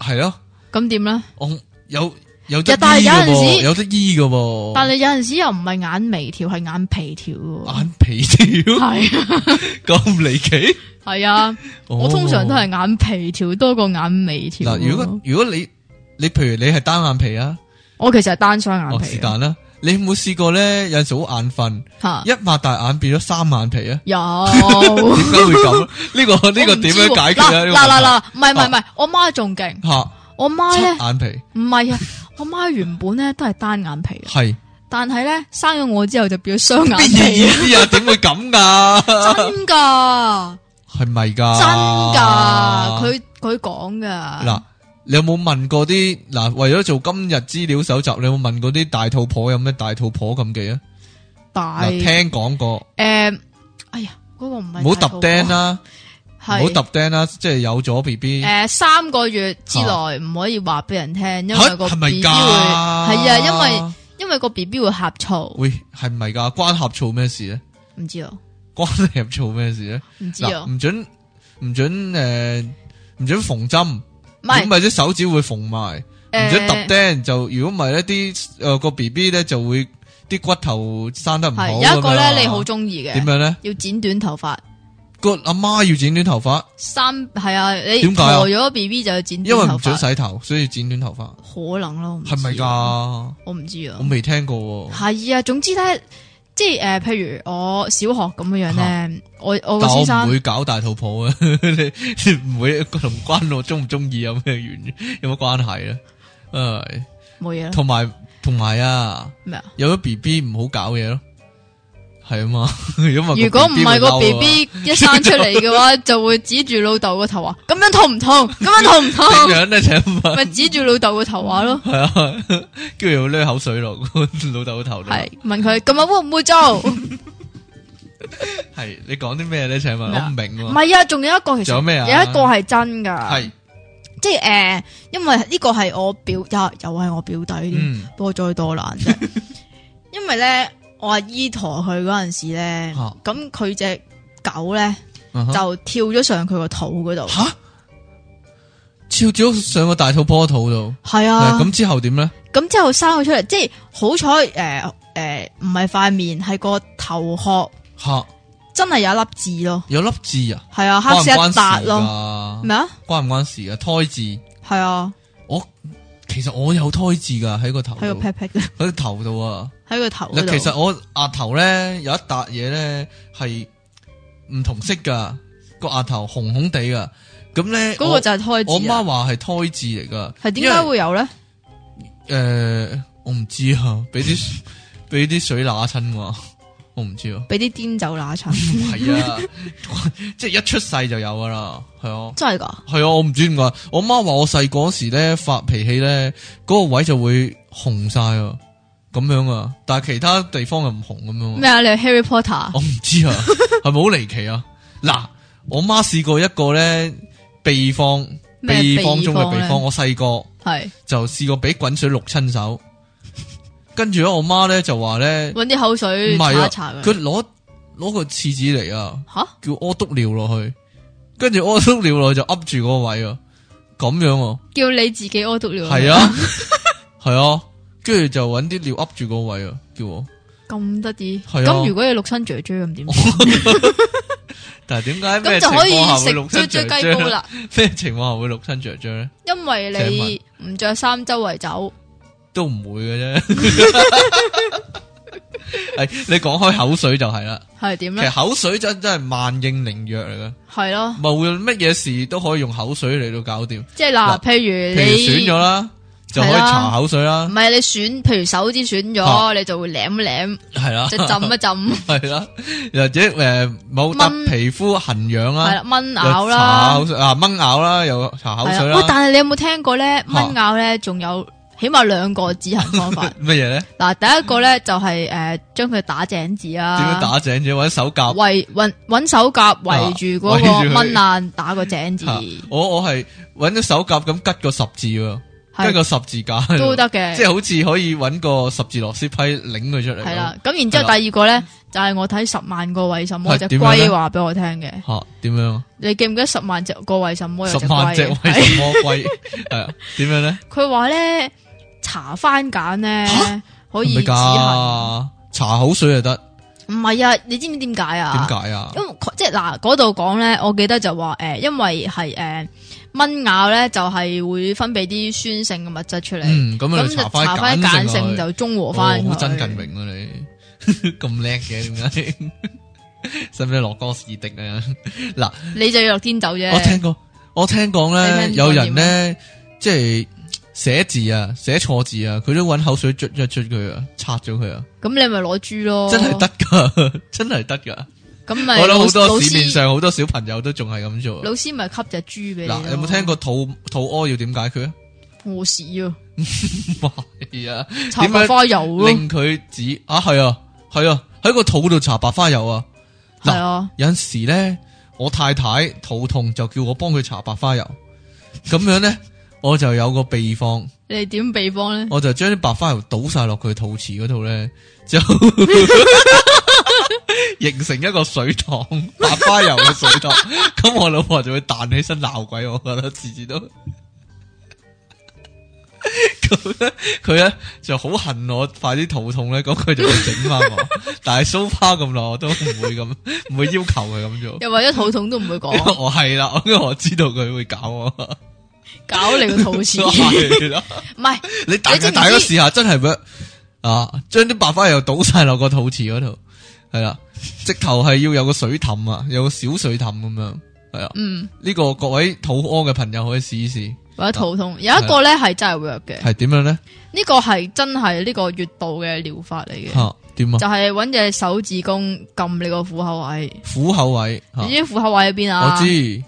S1: 系咯，
S2: 咁點咧？
S1: 我有有得醫
S2: 但係有
S1: 㗎
S2: 陣
S1: 喎，
S2: 時
S1: 有得醫噶喎，
S2: 但係有陣時又唔係眼眉條，係眼皮條喎。
S1: 眼皮
S2: [LAUGHS]
S1: 跳
S2: 係啊，
S1: 咁离奇。
S2: 係
S1: 哦
S2: 啊，我通常都係眼皮條多過眼眉條
S1: 嗱，
S2: 喎。
S1: 如果如果你你譬如你係單眼皮啊，
S2: 我其實係單雙眼
S1: 哦是
S2: 皮嘅，啊
S1: 但啦，你有冇試過咧？有陣時好眼瞓，
S2: 嚇
S1: 一擘大眼變咗三眼皮
S2: [LAUGHS]
S1: 啊？ [LAUGHS]
S2: 有。
S1: 點解會咁？呢個啊呢
S2: 我
S1: 個
S2: 唔
S1: 點
S2: 知喎
S1: 樣解決啊？
S2: 嗱
S1: 呢
S2: 嗱嗱
S1: 個
S2: 嗱，唔係唔係唔係，我媽仲勁，
S1: 問
S2: 我媽
S1: 題
S2: 咧
S1: 嚇七眼皮
S2: 唔係啊，我媽原本咧都係單眼皮嘅，
S1: 係
S2: 但係咧生咗我之後就變咗雙眼
S1: 咩意
S2: 皮啊，
S1: 思啊？點會咁噶？
S2: 真噶
S1: 係咪噶？
S2: 真噶，佢佢講噶，
S1: 啊嗱。你有冇問過啲嗱？為咗做今日資料搜集，你有冇問過啲大肚婆有咩大肚婆禁忌啊？
S2: 大
S1: 嗱，聽講過，
S2: 誒，哎呀，嗰個唔係
S1: 唔好揼釘
S2: 啦，
S1: 啦，唔好揼釘啦，即係有咗 B B，
S2: 诶，三個月之內唔可以話俾人聽，因為個
S1: 啊係咪
S2: B B 會
S1: 㗎？
S2: 係啊，因為因为个 B B 會呷醋，
S1: 喂係咪㗎？關合醋咩事咧？ [LAUGHS]
S2: 唔知啊，
S1: 關合醋咩事咧？
S2: 唔知
S1: 嗱，
S2: 啊，
S1: 唔准唔准诶，唔准縫針，
S2: 唔
S1: 咁
S2: 係
S1: 咪啲手指會縫埋。唔准揼
S2: 诶，
S1: 釘，就如果唔係咧，啲诶個 B B 咧就會啲骨頭生得唔好
S2: 係有一個
S1: 咁樣啊
S2: 咧，你好中意
S1: 點
S2: 嘅，
S1: 樣咧？
S2: 要剪短頭髮，
S1: 個阿媽要剪短頭髮，
S2: 三係啊，你
S1: 點解啊
S2: 陀咗 B B 就要剪
S1: 因
S2: 短
S1: 為
S2: 頭
S1: 唔准
S2: 髮，
S1: 洗頭，所以剪短頭髮，
S2: 可能啊咯，我唔知啊
S1: 係咪？㗎？
S2: 我唔知啊
S1: 我，未聽過喎，
S2: 係啊，總之咧，即係诶，呃譬如我小學咁樣樣咧，我我個
S1: 但
S2: 先
S1: 我唔
S2: 生
S1: 會搞大肚婆啊！ [LAUGHS] 你你唔會同關我中唔中意有啊咩原有乜關係咧？诶，
S2: 冇嘢啦，
S1: 同埋同埋啊，
S2: 咩啊？
S1: 有咗 B B 唔好搞嘢咯，係啊嘛， [LAUGHS] 因為
S2: 如果唔係個
S1: 個
S2: B
S1: BB 會嬲啊
S2: B 一生出嚟嘅話，就會指住老豆個頭話：咁樣痛
S1: [LAUGHS]
S2: 唔痛？咁樣痛唔
S1: 點
S2: 痛？
S1: 啊樣咧？請問？ [LAUGHS]
S2: 咪指住老豆個頭話咯，
S1: 系啊，跟住又掠口水落個 [LAUGHS] 老豆個頭度。
S2: 係問佢咁樣會唔
S1: [LAUGHS]
S2: 會做？唔
S1: 係你講啲咩咧？請問
S2: 咩啊
S1: 我唔明喎。
S2: 係啊，仲有一個其
S1: 仲
S2: 實
S1: 有咩啊？
S2: 有一個係真㗎，
S1: 係
S2: 即係诶，因為呢個係我表又又係我表弟添，
S1: 嗯
S2: 多災多難啫。
S1: [LAUGHS]
S2: 因為咧，我阿姨陀佢嗰陣時咧
S1: 啊，
S2: 咁佢只狗咧
S1: 啊哈
S2: 就跳咗上佢個肚嗰度，
S1: 吓，跳咗上個大肚婆肚度。
S2: 係啊。
S1: 係咁之後點咧？
S2: 咁之後生佢出嚟，即係好彩诶诶，唔係塊面，係個頭殼
S1: 吓
S2: 真係有一粒痣咯，
S1: 有粒痣啊，
S2: 係啊，黑
S1: 關唔
S2: 色一
S1: 關
S2: 笪
S1: 事
S2: 咯，
S1: 噶？
S2: 咩啊？
S1: 關唔關事啊？胎痣，
S2: 係啊，
S1: 我其實我有胎痣㗎，喺個頭
S2: 喺個
S1: 度，
S2: 屁屁，
S1: 喺個頭度啊。
S2: 喺個頭嗰
S1: 哦嗱，
S2: 度。
S1: 其實我額頭咧有一笪嘢咧係唔同色噶，個額頭紅紅地噶。咁咧，
S2: 嗰
S1: 我
S2: 個就係胎
S1: 我
S2: 痣
S1: 媽
S2: 啊，
S1: 話係胎痣嚟噶。
S2: 係點解會有咧？
S1: 因為？诶、我唔知啊，俾啲 [LAUGHS] 俾啲水乸親喎，我唔知啊。
S2: 俾啲癲走乸親，
S1: 唔係啊， [LAUGHS] 即係一出世就有噶啦，係啊。
S2: 真係㗎？
S1: 係啊，我唔知點解。我媽話我細個嗰時咧發脾氣咧，嗰、個位就會紅晒啊，咁樣啊。但係其他地方又唔紅咁樣啊。
S2: 咩啊？你係 Harry Potter
S1: 我唔知
S2: [LAUGHS]
S1: 啊，係咪好離奇啊？嗱，我媽試過一個咧秘方，
S2: 咩
S1: 秘方中嘅
S2: 秘
S1: 秘
S2: 方呢
S1: 方。我細個
S2: 係
S1: 就試過俾滾水淥親手，跟住咧我媽咧就話咧，
S2: 搵啲口水
S1: 唔係
S2: 搽一
S1: 啊
S2: 搽，
S1: 佢
S2: 佢。
S1: 攞攞個廁紙嚟啊，
S2: 吓？
S1: 叫屙督尿落去，跟住屙督尿落去就噏住嗰個位啊，咁樣啊，
S2: 叫你自己屙督尿？
S1: 係，啊，係啊，跟住就揾啲尿噏住嗰個位啊，叫我，
S2: 咁得意。
S1: 係啊
S2: 咁如果你六親雀雀咁點？
S1: 但係點解
S2: 咁
S1: 咩
S2: 就
S1: 情
S2: 可以
S1: 況下會淥
S2: 食雀
S1: 親
S2: 雀
S1: 雀
S2: 雞
S1: 雀
S2: 煲
S1: 咧？
S2: 啦。
S1: [LAUGHS] 咩情況下會淥親雀雀咧？
S2: 因為你唔着衫周圍走，
S1: 都唔會嘅啫。 [LAUGHS] 系你講開口水就係啦，
S2: 係點
S1: 其
S2: 咧
S1: 實？口水真真係萬應靈藥嚟嘅，
S2: 係咯，
S1: 無論乜嘢事都可以用口水嚟到搞掂。
S2: 即係嗱，
S1: 嗱
S2: 譬如
S1: 譬
S2: 你
S1: 如選咗啦，就可以
S2: 係
S1: 搽
S2: 啦
S1: 口水啦
S2: 唔，係你選，譬如手指選咗，
S1: 啊
S2: 你就會舐舐，
S1: 係啦，
S2: 即係浸一浸，
S1: [LAUGHS] 係啦，或者诶冇
S2: 掹
S1: 得皮膚痕痒
S2: 係啦
S1: 啦，，
S2: 蚊
S1: 又
S2: 咬
S1: 搽
S2: 啦
S1: 口，水啊掹咬啦，又搽口
S2: 係
S1: 水
S2: 啦。喂，
S1: 啦，。
S2: 但係你有冇聽過咧？蚊咬咧，仲有起碼兩個止痕方法
S1: 乜嘢咧？
S2: 嗱，第一個咧就係诶，將佢打井字
S1: 點樣
S2: 啊，
S1: 打井啫？或者手甲？
S2: 圍搵搵手甲圍住嗰
S1: 啊圍
S2: 個
S1: 住佢
S2: 蚊爛，打個井字，
S1: 啊我我係揾咗手甲咁吉個十字喎，吉
S2: 係
S1: 個十字架喺度
S2: 都得嘅
S1: 即。係好似可以揾個十字螺絲批擰佢出嚟。
S2: 系啦，咁然之后第二個咧就係我睇十萬個為什麼
S1: 係
S2: 只
S1: 點樣呢
S2: 龜話俾我聽嘅，
S1: 嚇點樣啊？
S2: 你記唔記得十萬只個為什麼有
S1: 十
S2: 隻
S1: 萬隻為
S2: 龜？ [LAUGHS]
S1: 什麼龜？係啊？點樣咧？
S2: 佢話咧搽番碱咧可以
S1: 唔係
S2: 止痕，
S1: 㗎，搽口水就得。
S2: 唔係啊？你知唔知點解啊？
S1: 點解啊？
S2: 因為佢即係嗱嗰度講咧，我記得就話诶、誒因為係诶、誒蚊咬咧就係會分泌啲酸性嘅物質出嚟，
S1: 嗯，咁
S2: 咁、
S1: 啊，
S2: 就
S1: 搽
S2: 搽
S1: 翻
S2: 翻
S1: 碱
S2: 碱
S1: 性
S2: 性
S1: 就
S2: 就中和翻佢。
S1: 好真近榮啊！你 [LAUGHS] 咁叻嘅點解？ [LAUGHS] 使唔使落哥士的啊？
S2: 你就要落天走啫。
S1: 我聽過，我聽講咧，
S2: 你聽過
S1: 有人
S2: 啊
S1: 咧即係寫字啊，寫錯字啊，佢都揾口水捽一捽佢啊，擦咗佢啊，
S2: 咁你咪攞豬咯，
S1: 真係得㗎， [LAUGHS] 真係得㗎。
S2: 咁咪
S1: 我
S2: 老
S1: 諗好
S2: 老
S1: 多
S2: 師
S1: 市面上好多小朋友都仲係咁做。啊
S2: 老師咪吸只豬俾你咯。
S1: 嗱，有冇聽過肚肚屙要點解決啊？ [LAUGHS]
S2: 屙屎啊？
S1: 係啊，
S2: 搽
S1: 點樣
S2: 白花油咯，
S1: 令佢止啊，係啊，係啊，喺個肚度搽白花油啊。
S2: 係啊，
S1: 有阵时咧，我太太肚痛就叫我幫佢搽白花油，咁樣呢，我就有個秘方，
S2: 你點秘方咧？
S1: 我就將啲白花油倒晒落佢肚臍嗰度呢，就形成一個水塘， [LAUGHS] 白花油嘅水塘。咁我老婆就會彈起身鬧鬼我，覺得次次都。 [LAUGHS] 咁咧，佢咧就好恨我快啲肚痛咧，咁佢就會整翻我。但係 so far 咁耐，我都唔會咁，唔會要求佢咁做。
S2: 又或者肚痛都唔會
S1: 因為 [LAUGHS]
S2: 講，
S1: 我係啦，因為我知道佢會搞我。
S2: 搞你個
S1: [LAUGHS]
S2: 肚臍，唔
S1: 係啦，
S2: 係
S1: 你大
S2: 你知唔
S1: 家
S2: 知
S1: 大家試下，真係咩啊？將啲白花油倒晒落個肚臍嗰度，係啦，直頭係要有個水氹啊，有個小水氹咁樣，係啊。
S2: 嗯，
S1: 呢個各位肚屙嘅朋友可以試一試，
S2: 或者肚痛。有一個咧係真係 work 嘅，
S1: 係點樣咧？
S2: 呢個係真係呢個穴道嘅療法嚟嘅，
S1: 吓點啊？
S2: 嗯就係揾隻手指公撳你個虎口位。
S1: 虎口位吓
S2: 你。知虎口位喺邊啊？
S1: 我知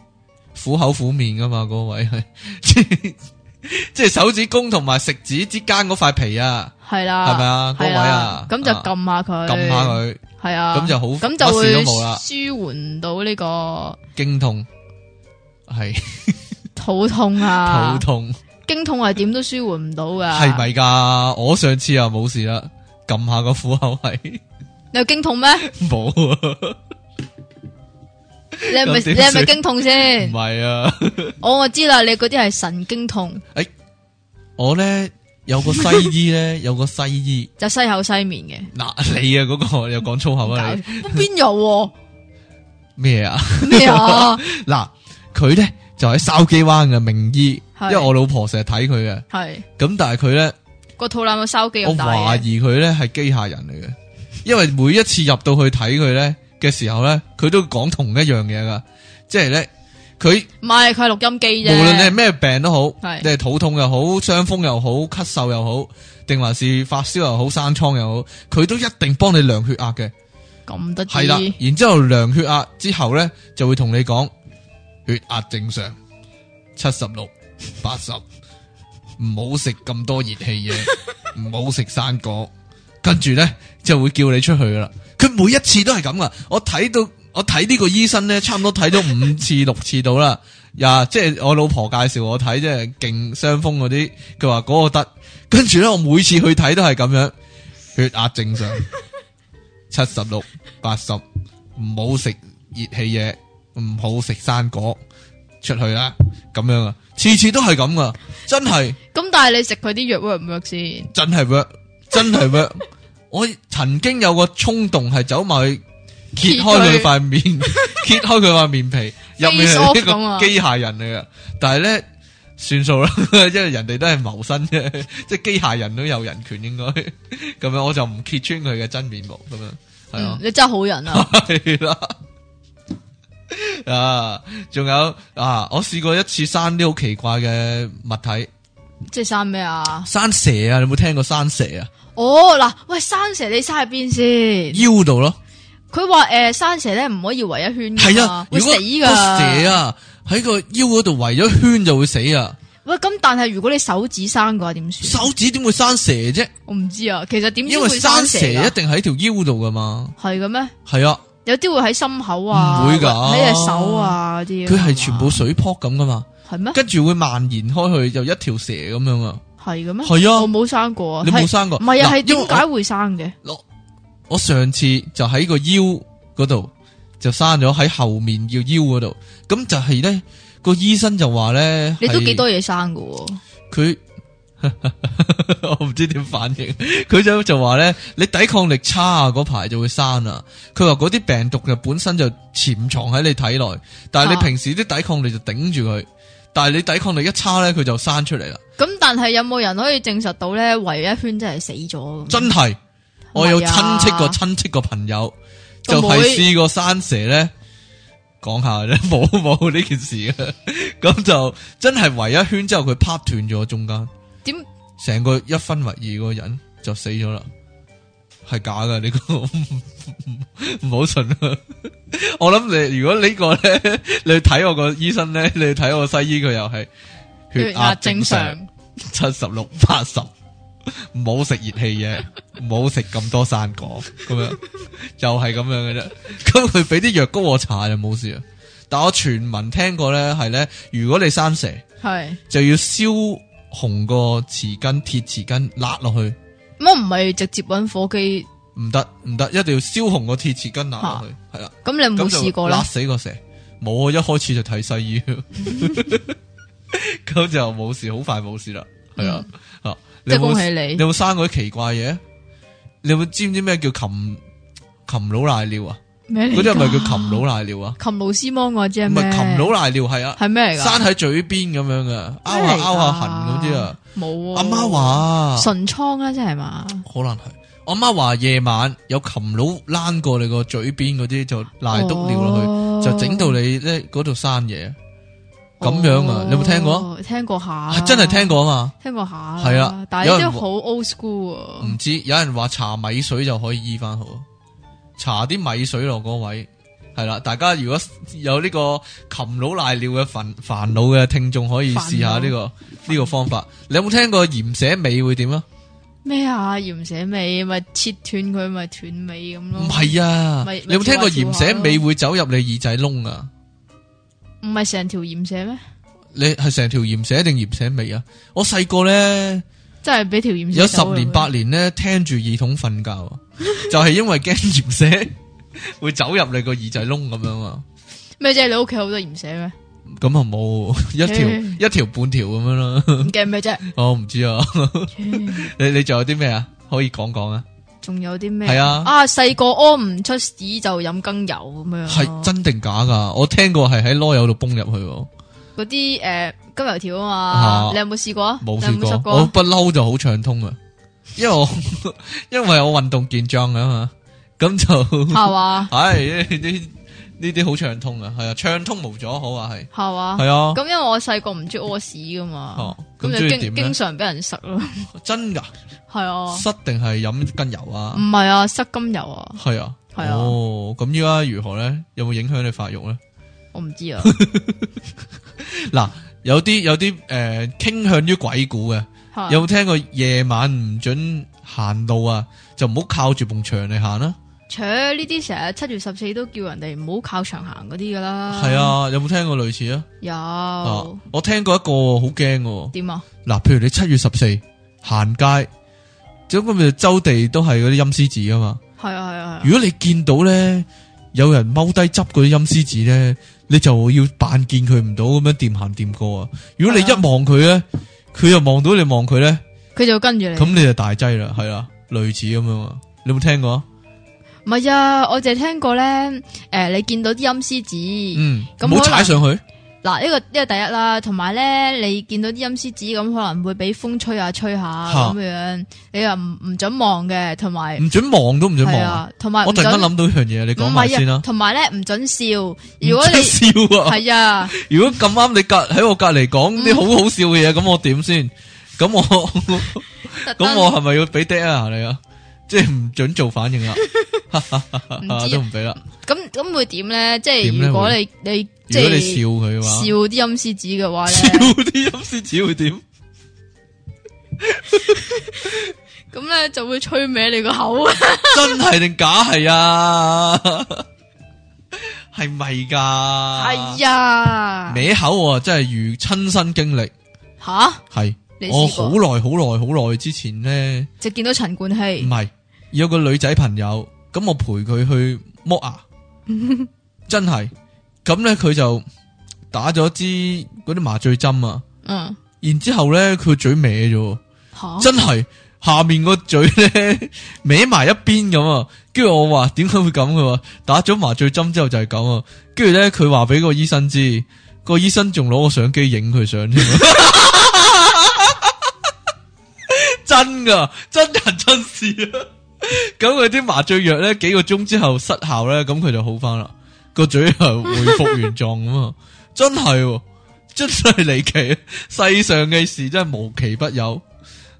S1: 苦口苦面噶嘛，嗰、位 [LAUGHS] 係即係即係手指公同埋食指之間嗰塊皮啊，
S2: 系啦，
S1: 係咪啊
S2: 係
S1: 嗰位啊
S2: 咁就撳下佢，
S1: 撳下，佢
S2: 系啊，
S1: 咁就好
S2: 咁就
S1: 乜事
S2: 會
S1: 都冇啦
S2: 舒緩到呢個
S1: 經痛，係
S2: 肚痛啊，
S1: 肚痛，
S2: 經痛係點都舒緩唔到噶，
S1: 係？咪㗎？我上次啊冇事啦，撳下個苦口係
S2: 你有經
S1: [LAUGHS]
S2: 痛咩？
S1: 冇啊，
S2: 你係咪
S1: 咁點算
S2: 你係咪經痛
S1: 唔
S2: 先？
S1: 係啊，
S2: 我我知啦，你嗰啲係神經痛，
S1: 我咧有個西醫
S2: [LAUGHS]
S1: 咧，有個西醫，
S2: 就西口西面嘅。
S1: 嗱你啊嗰、個有講粗口啊你
S2: 搞邊有
S1: 咩啊？
S2: 喎咩
S1: [LAUGHS]
S2: 啊？
S1: 嗱佢咧就喺筲箕灣嘅名醫，因
S2: 係
S1: 為我老婆成日睇佢嘅。
S2: 係
S1: 咁但系佢咧，
S2: 個肚腩有收肌
S1: 我
S2: 咁大
S1: 懷
S2: 嘅，
S1: 疑佢咧係機械人嚟嘅，因為每一次入到去睇佢咧嘅時候咧，佢都講同一樣嘢噶，即係咧，佢
S2: 唔係佢係錄音機
S1: 無
S2: 啫。
S1: 論你係咩病都好，
S2: 係
S1: 你係肚痛又好，傷風又好，咳嗽又好，定還是發燒又好，生瘡又好，佢都一定幫你量血壓嘅，
S2: 咁得
S1: 係啦
S2: 意，，
S1: 然之后量血壓之後咧，就會同你講血壓正常，七十六、八十。唔好食咁多熱氣嘢，唔好食生果，跟住咧就會叫你出去噶啦。佢每一次都係咁噶，我睇到我睇呢個醫生咧，差唔多睇咗五次六次到啦。呀，即係我老婆介紹我睇，即係勁傷風嗰啲，佢話嗰個得，跟住咧我每次去睇都係咁樣，血壓正常，七十六八十，唔好食熱氣嘢，唔好食生果，出去啦，咁樣啊，次次都係咁噶，真係。
S2: 咁但係你食佢啲藥 work 唔 work 先？
S1: 真系 work，真系 work。我曾經有個衝動係走埋去揭開佢塊
S2: [LAUGHS]
S1: 面，揭開佢塊面皮，入面
S2: Face off
S1: 係一
S2: 咁啊
S1: 個機械人嚟嘅。但係咧，算數啦， [LAUGHS] 因為人哋都係謀生啫，即係機械人都有人權應該。咁樣我就唔揭穿佢嘅真面目咁樣，係啊
S2: 嗯，你真係好
S1: [LAUGHS]
S2: 人啊！
S1: 係啦。啊，仲有啊，我試過一次生啲好奇怪嘅物體，
S2: 即係生咩啊？
S1: 生蛇啊！你有冇聽過生蛇啊？
S2: 哦，嗱，喂，山蛇你生喺邊先？
S1: 腰度咯。
S2: 佢話诶，山蛇咧唔可以圍一圈㗎嘛
S1: 系啊，
S2: 嗯會
S1: 如果
S2: 死
S1: 個
S2: 噶。
S1: 蛇啊喺個腰嗰度圍咗圈就會死啊！
S2: 喂，咁但係如果你手指生嘅話點算？
S1: 手指點會生蛇啫？
S2: 我唔知啊，其實點
S1: 因
S2: 先
S1: 為
S2: 會
S1: 生
S2: 蛇
S1: 蛇
S2: 㗎
S1: 一定喺條腰度噶嘛。
S2: 係嘅咩？
S1: 係啊，
S2: 有啲會喺心口啊，
S1: 唔會㗎
S2: 喺隻手啊嗰啲。
S1: 佢係全部水泡咁噶嘛，
S2: 係咩？
S1: 跟住會蔓延開去，就一條蛇咁樣啊。
S2: 係嘅咩？
S1: 係啊
S2: 我冇生過啊。
S1: 你冇
S2: 係
S1: 生過？
S2: 唔係啊？
S1: 嗱
S2: 係
S1: 因為
S2: 點解會生嘅？
S1: 我我我上次就喺個腰嗰度就生咗喺後面要腰嗰度，咁就係咧個醫生就話咧，
S2: 你都
S1: 係
S2: 幾多嘢生嘅喎？
S1: 佢 [LAUGHS] 我唔知点反应，佢就就话咧，你抵抗力差啊，嗰排就会生啊。佢话嗰啲病毒就本身就潜藏喺你體內，但係
S2: 啊
S1: 你平時啲抵抗力就頂住佢，但係你抵抗力一差咧，佢就生出嚟啦。
S2: 咁但係有冇人可以證實到咧圍一圈真係死咗咁？
S1: 真係，我有
S2: 係啊
S1: 親戚個親戚個朋友
S2: 個
S1: 就係
S2: 妹
S1: 試過生蛇咧。講下啫， [LAUGHS] 冇冇呢件事嘅， [LAUGHS] 咁就真係圍一圈之後，佢拍斷咗中間。
S2: 點
S1: 成個一分為二個人就死咗啦，係假噶呢、個 [LAUGHS] 唔好信啊！ [LAUGHS] 我諗你如果呢個咧，你去睇我個醫生咧，你去睇我西醫佢又係
S2: 血
S1: 壓
S2: 壓正常？
S1: 七十六八十，唔好食熱氣嘢，唔好食咁多生果，咁樣又係咁樣嘅啫。咁佢俾啲藥膏我搽就冇事啊，但我傳聞聽過咧，係咧，如果你生蛇，
S2: 系
S1: 就要燒紅個匙羹、鐵匙羹，揦落去，
S2: 咁我唔系直接搵火機，
S1: 唔得唔得，一定要燒紅個鐵匙羹揦落去，係啦、
S2: 咁你有
S1: 咁
S2: 冇
S1: 就
S2: 試過咧
S1: 揦？死個蛇，冇啊！一開始就睇西醫， [LAUGHS] 咁就冇事，好快冇事啦，係啊，啊，
S2: 嗯即係
S1: 有冇
S2: 恭喜你
S1: 你有冇生嗰啲奇怪嘢？你有冇知唔知咩叫擒擒佬瀨尿啊？
S2: 咩
S1: 嗰
S2: 嚟㗎
S1: 啲係咪叫擒佬？瀨尿啊？
S2: 擒老斯芒我知係
S1: 唔
S2: 哎咩？
S1: 係擒佬瀨尿係啊，
S2: 係咩嚟㗎？
S1: 生喺嘴邊咁樣嘅，拗下
S2: 咩嚟㗎
S1: 拗下痕嗰啲啊。
S2: 冇
S1: 阿媽話
S2: 唇瘡啦，即係嘛？
S1: 可能係，我媽話夜晚有擒佬躝過你個嘴邊嗰啲就瀨督尿落去，
S2: 哦
S1: 就整到你咧嗰度生嘢。咁樣啊
S2: 哦
S1: 你有冇聽過？
S2: 聽過下
S1: 啊，真係聽，過啊
S2: 聽過下。
S1: 係啊
S2: 但係
S1: 有
S2: 呢啲
S1: 人嗯
S2: 好 old school 啊
S1: 嘛，唔知有人話搽米水就可以醫翻好，搽啲米水落嗰位。係啦，大家如果有呢個擒佬瀨尿嘅煩煩惱嘅聽眾，可以試下呢、
S2: 煩惱
S1: 個呢個方法。你有冇聽過鹽寫尾會點啊？
S2: 咩啊？鹽寫尾咪切斷佢咪斷尾咁咯？
S1: 唔係啊，
S2: 嗯咪咪
S1: 你有冇聽過鹽寫
S2: 跳下
S1: 尾
S2: 跳
S1: 會走入你耳仔窿啊？
S2: 唔係成條鹽寫咩？
S1: 你係成條鹽寫定鹽寫尾啊？我細個咧
S2: 真係俾條鹽寫
S1: 有十
S2: 走
S1: 年
S2: 啦
S1: 八年咧聽住耳筒瞓覺啊， [LAUGHS] 就係因為驚鹽寫 [LAUGHS] 會走入你個耳仔窿咁樣啊。
S2: 咩啫？你屋企好多鹽
S1: [LAUGHS]
S2: 寫咩？
S1: 咁啊冇一
S2: 嗯
S1: 條一條半條咁樣啦。 [LAUGHS]
S2: 唔驚咩啫？
S1: 我唔知啊， [LAUGHS] 你你仲有啲咩啊？可以講講啊？
S2: 仲有啲咩？
S1: 係啊
S2: 啊細個屙唔出屎就飲羹油咁樣咯。
S1: 係真定假噶？我聽過係喺籮柚度崩入去喎，
S2: 嗰啲诶金油條啊
S1: 啊
S2: 嘛，你有冇試過啊？
S1: 冇
S2: 你有
S1: 試
S2: 冇濕
S1: 過。哦
S2: 過
S1: 我
S2: 啊？
S1: 不嬲就好暢通啊，因為我 [LAUGHS] 因為我運動健壯啊嘛，咁就。
S2: 係嘛？
S1: 系呢呢啲好暢通啊，係啊，暢通無阻，好啊，係
S2: 係嘛？
S1: 係啊，
S2: 咁因為我細個唔中意屙屎噶嘛
S1: 哦，咁
S2: 咁
S1: 中
S2: 就
S1: 意點
S2: 經
S1: 咧
S2: 經常俾人塞咯，
S1: [LAUGHS] 真噶，
S2: 係啊，
S1: 塞定係飲羹油啊
S2: 唔，係啊，塞金油啊，
S1: 係啊，
S2: 係啊
S1: 哦，咁依家如何咧？有冇影響你發育咧？
S2: 我唔知
S1: [LAUGHS]
S2: 啊，
S1: 嗱，有啲有啲诶倾向於鬼故嘅，
S2: 係啊
S1: 有冇聽過夜晚唔准行路啊？就唔好靠住埲牆嚟行啊啦。
S2: 扯呢啲成日七月十四都叫人哋唔好靠牆行嗰啲噶啦，
S1: 係，啊，有冇聽過類似啊？啊
S2: 有，
S1: 我聽過一個好驚喎。
S2: 點啊？
S1: 嗱，譬如你七月十四行街，咁咁咪周地都係嗰啲陰司紙啊嘛。
S2: 係啊係啊係啊，
S1: 如果你見到咧有人踎低執嗰啲陰絲紙咧，你就要扮見佢唔到咁樣掂行掂過啊！如果你一
S2: 係啊嗯
S1: 望佢咧，佢又望到你望佢咧，
S2: 佢就跟住你
S1: 咁。你就大劑啦，係啦，類似咁樣啊！你有冇聽過啊？
S2: 唔係啊，我淨係聽過咧，诶、你見到啲陰司紙，
S1: 嗯，
S2: 咁
S1: 唔好踩上去，
S2: 嗱呢、個呢、個第一啦，同埋咧，你見到啲陰司紙咁，可能會俾風吹下吹下
S1: 嚇
S2: 咁樣，你又唔唔准望嘅，同埋
S1: 唔准望都唔准望
S2: 係
S1: 啊。
S2: 啊，同埋
S1: 我
S2: 唔
S1: 突
S2: 准
S1: 然間諗到一樣嘢，你講
S2: 唔
S1: 埋先
S2: 係啊
S1: 啦，。
S2: 同埋咧唔准笑，如果
S1: 唔准
S2: 你
S1: 笑啊！
S2: 係嗯啊，
S1: 如果咁啱你隔喺我隔離講啲好好笑嘅嘢，咁我點先？咁我。
S2: 特登
S1: 咁我系咪要俾爹啊你啊？ [LAUGHS] 即系唔准做反应啦，
S2: [LAUGHS] 唔知啊
S1: 都唔俾啦。
S2: 咁咁會點咧？即
S1: 點
S2: 係
S1: 咧
S2: 如果你你即
S1: 如果你
S2: 係
S1: 笑佢嘅
S2: 笑啊
S1: 话，
S2: 啲陰司紙嘅話
S1: 笑 [LAUGHS]
S2: 咧，
S1: 啲阴司只会点？
S2: 咁咧就會吹歪你個口。
S1: [LAUGHS] 啊真系定假系啊？ [LAUGHS] 系咪噶？
S2: 係啊，
S1: 歪口我啊真系如亲身经历，
S2: 吓
S1: 系
S2: 你
S1: 我
S2: 試
S1: 好
S2: 過
S1: 耐好耐好耐之前咧，
S2: 就見到陳冠
S1: 唔
S2: 希
S1: 系有个女仔朋友，咁我陪佢去剝牙，真系咁咧，佢就打咗支嗰啲麻醉针啊。
S2: 嗯
S1: 然之后咧，佢嘴歪咗，
S2: 吓。
S1: 真系下面个嘴咧 [LAUGHS] 歪埋一边咁啊！跟住我话点解會咁？佢話打咗麻醉針之後就係咁啊！跟住咧，佢話俾個醫生知，個醫生仲攞個相機影佢相添。啊 [LAUGHS] 真噶，真人真事啊！咁佢啲麻醉藥咧幾個鐘之後失效咧，咁佢就好翻啦，個嘴又恢復原狀咁啊！真係喎，真係離奇啊，世上嘅事真係無奇不有。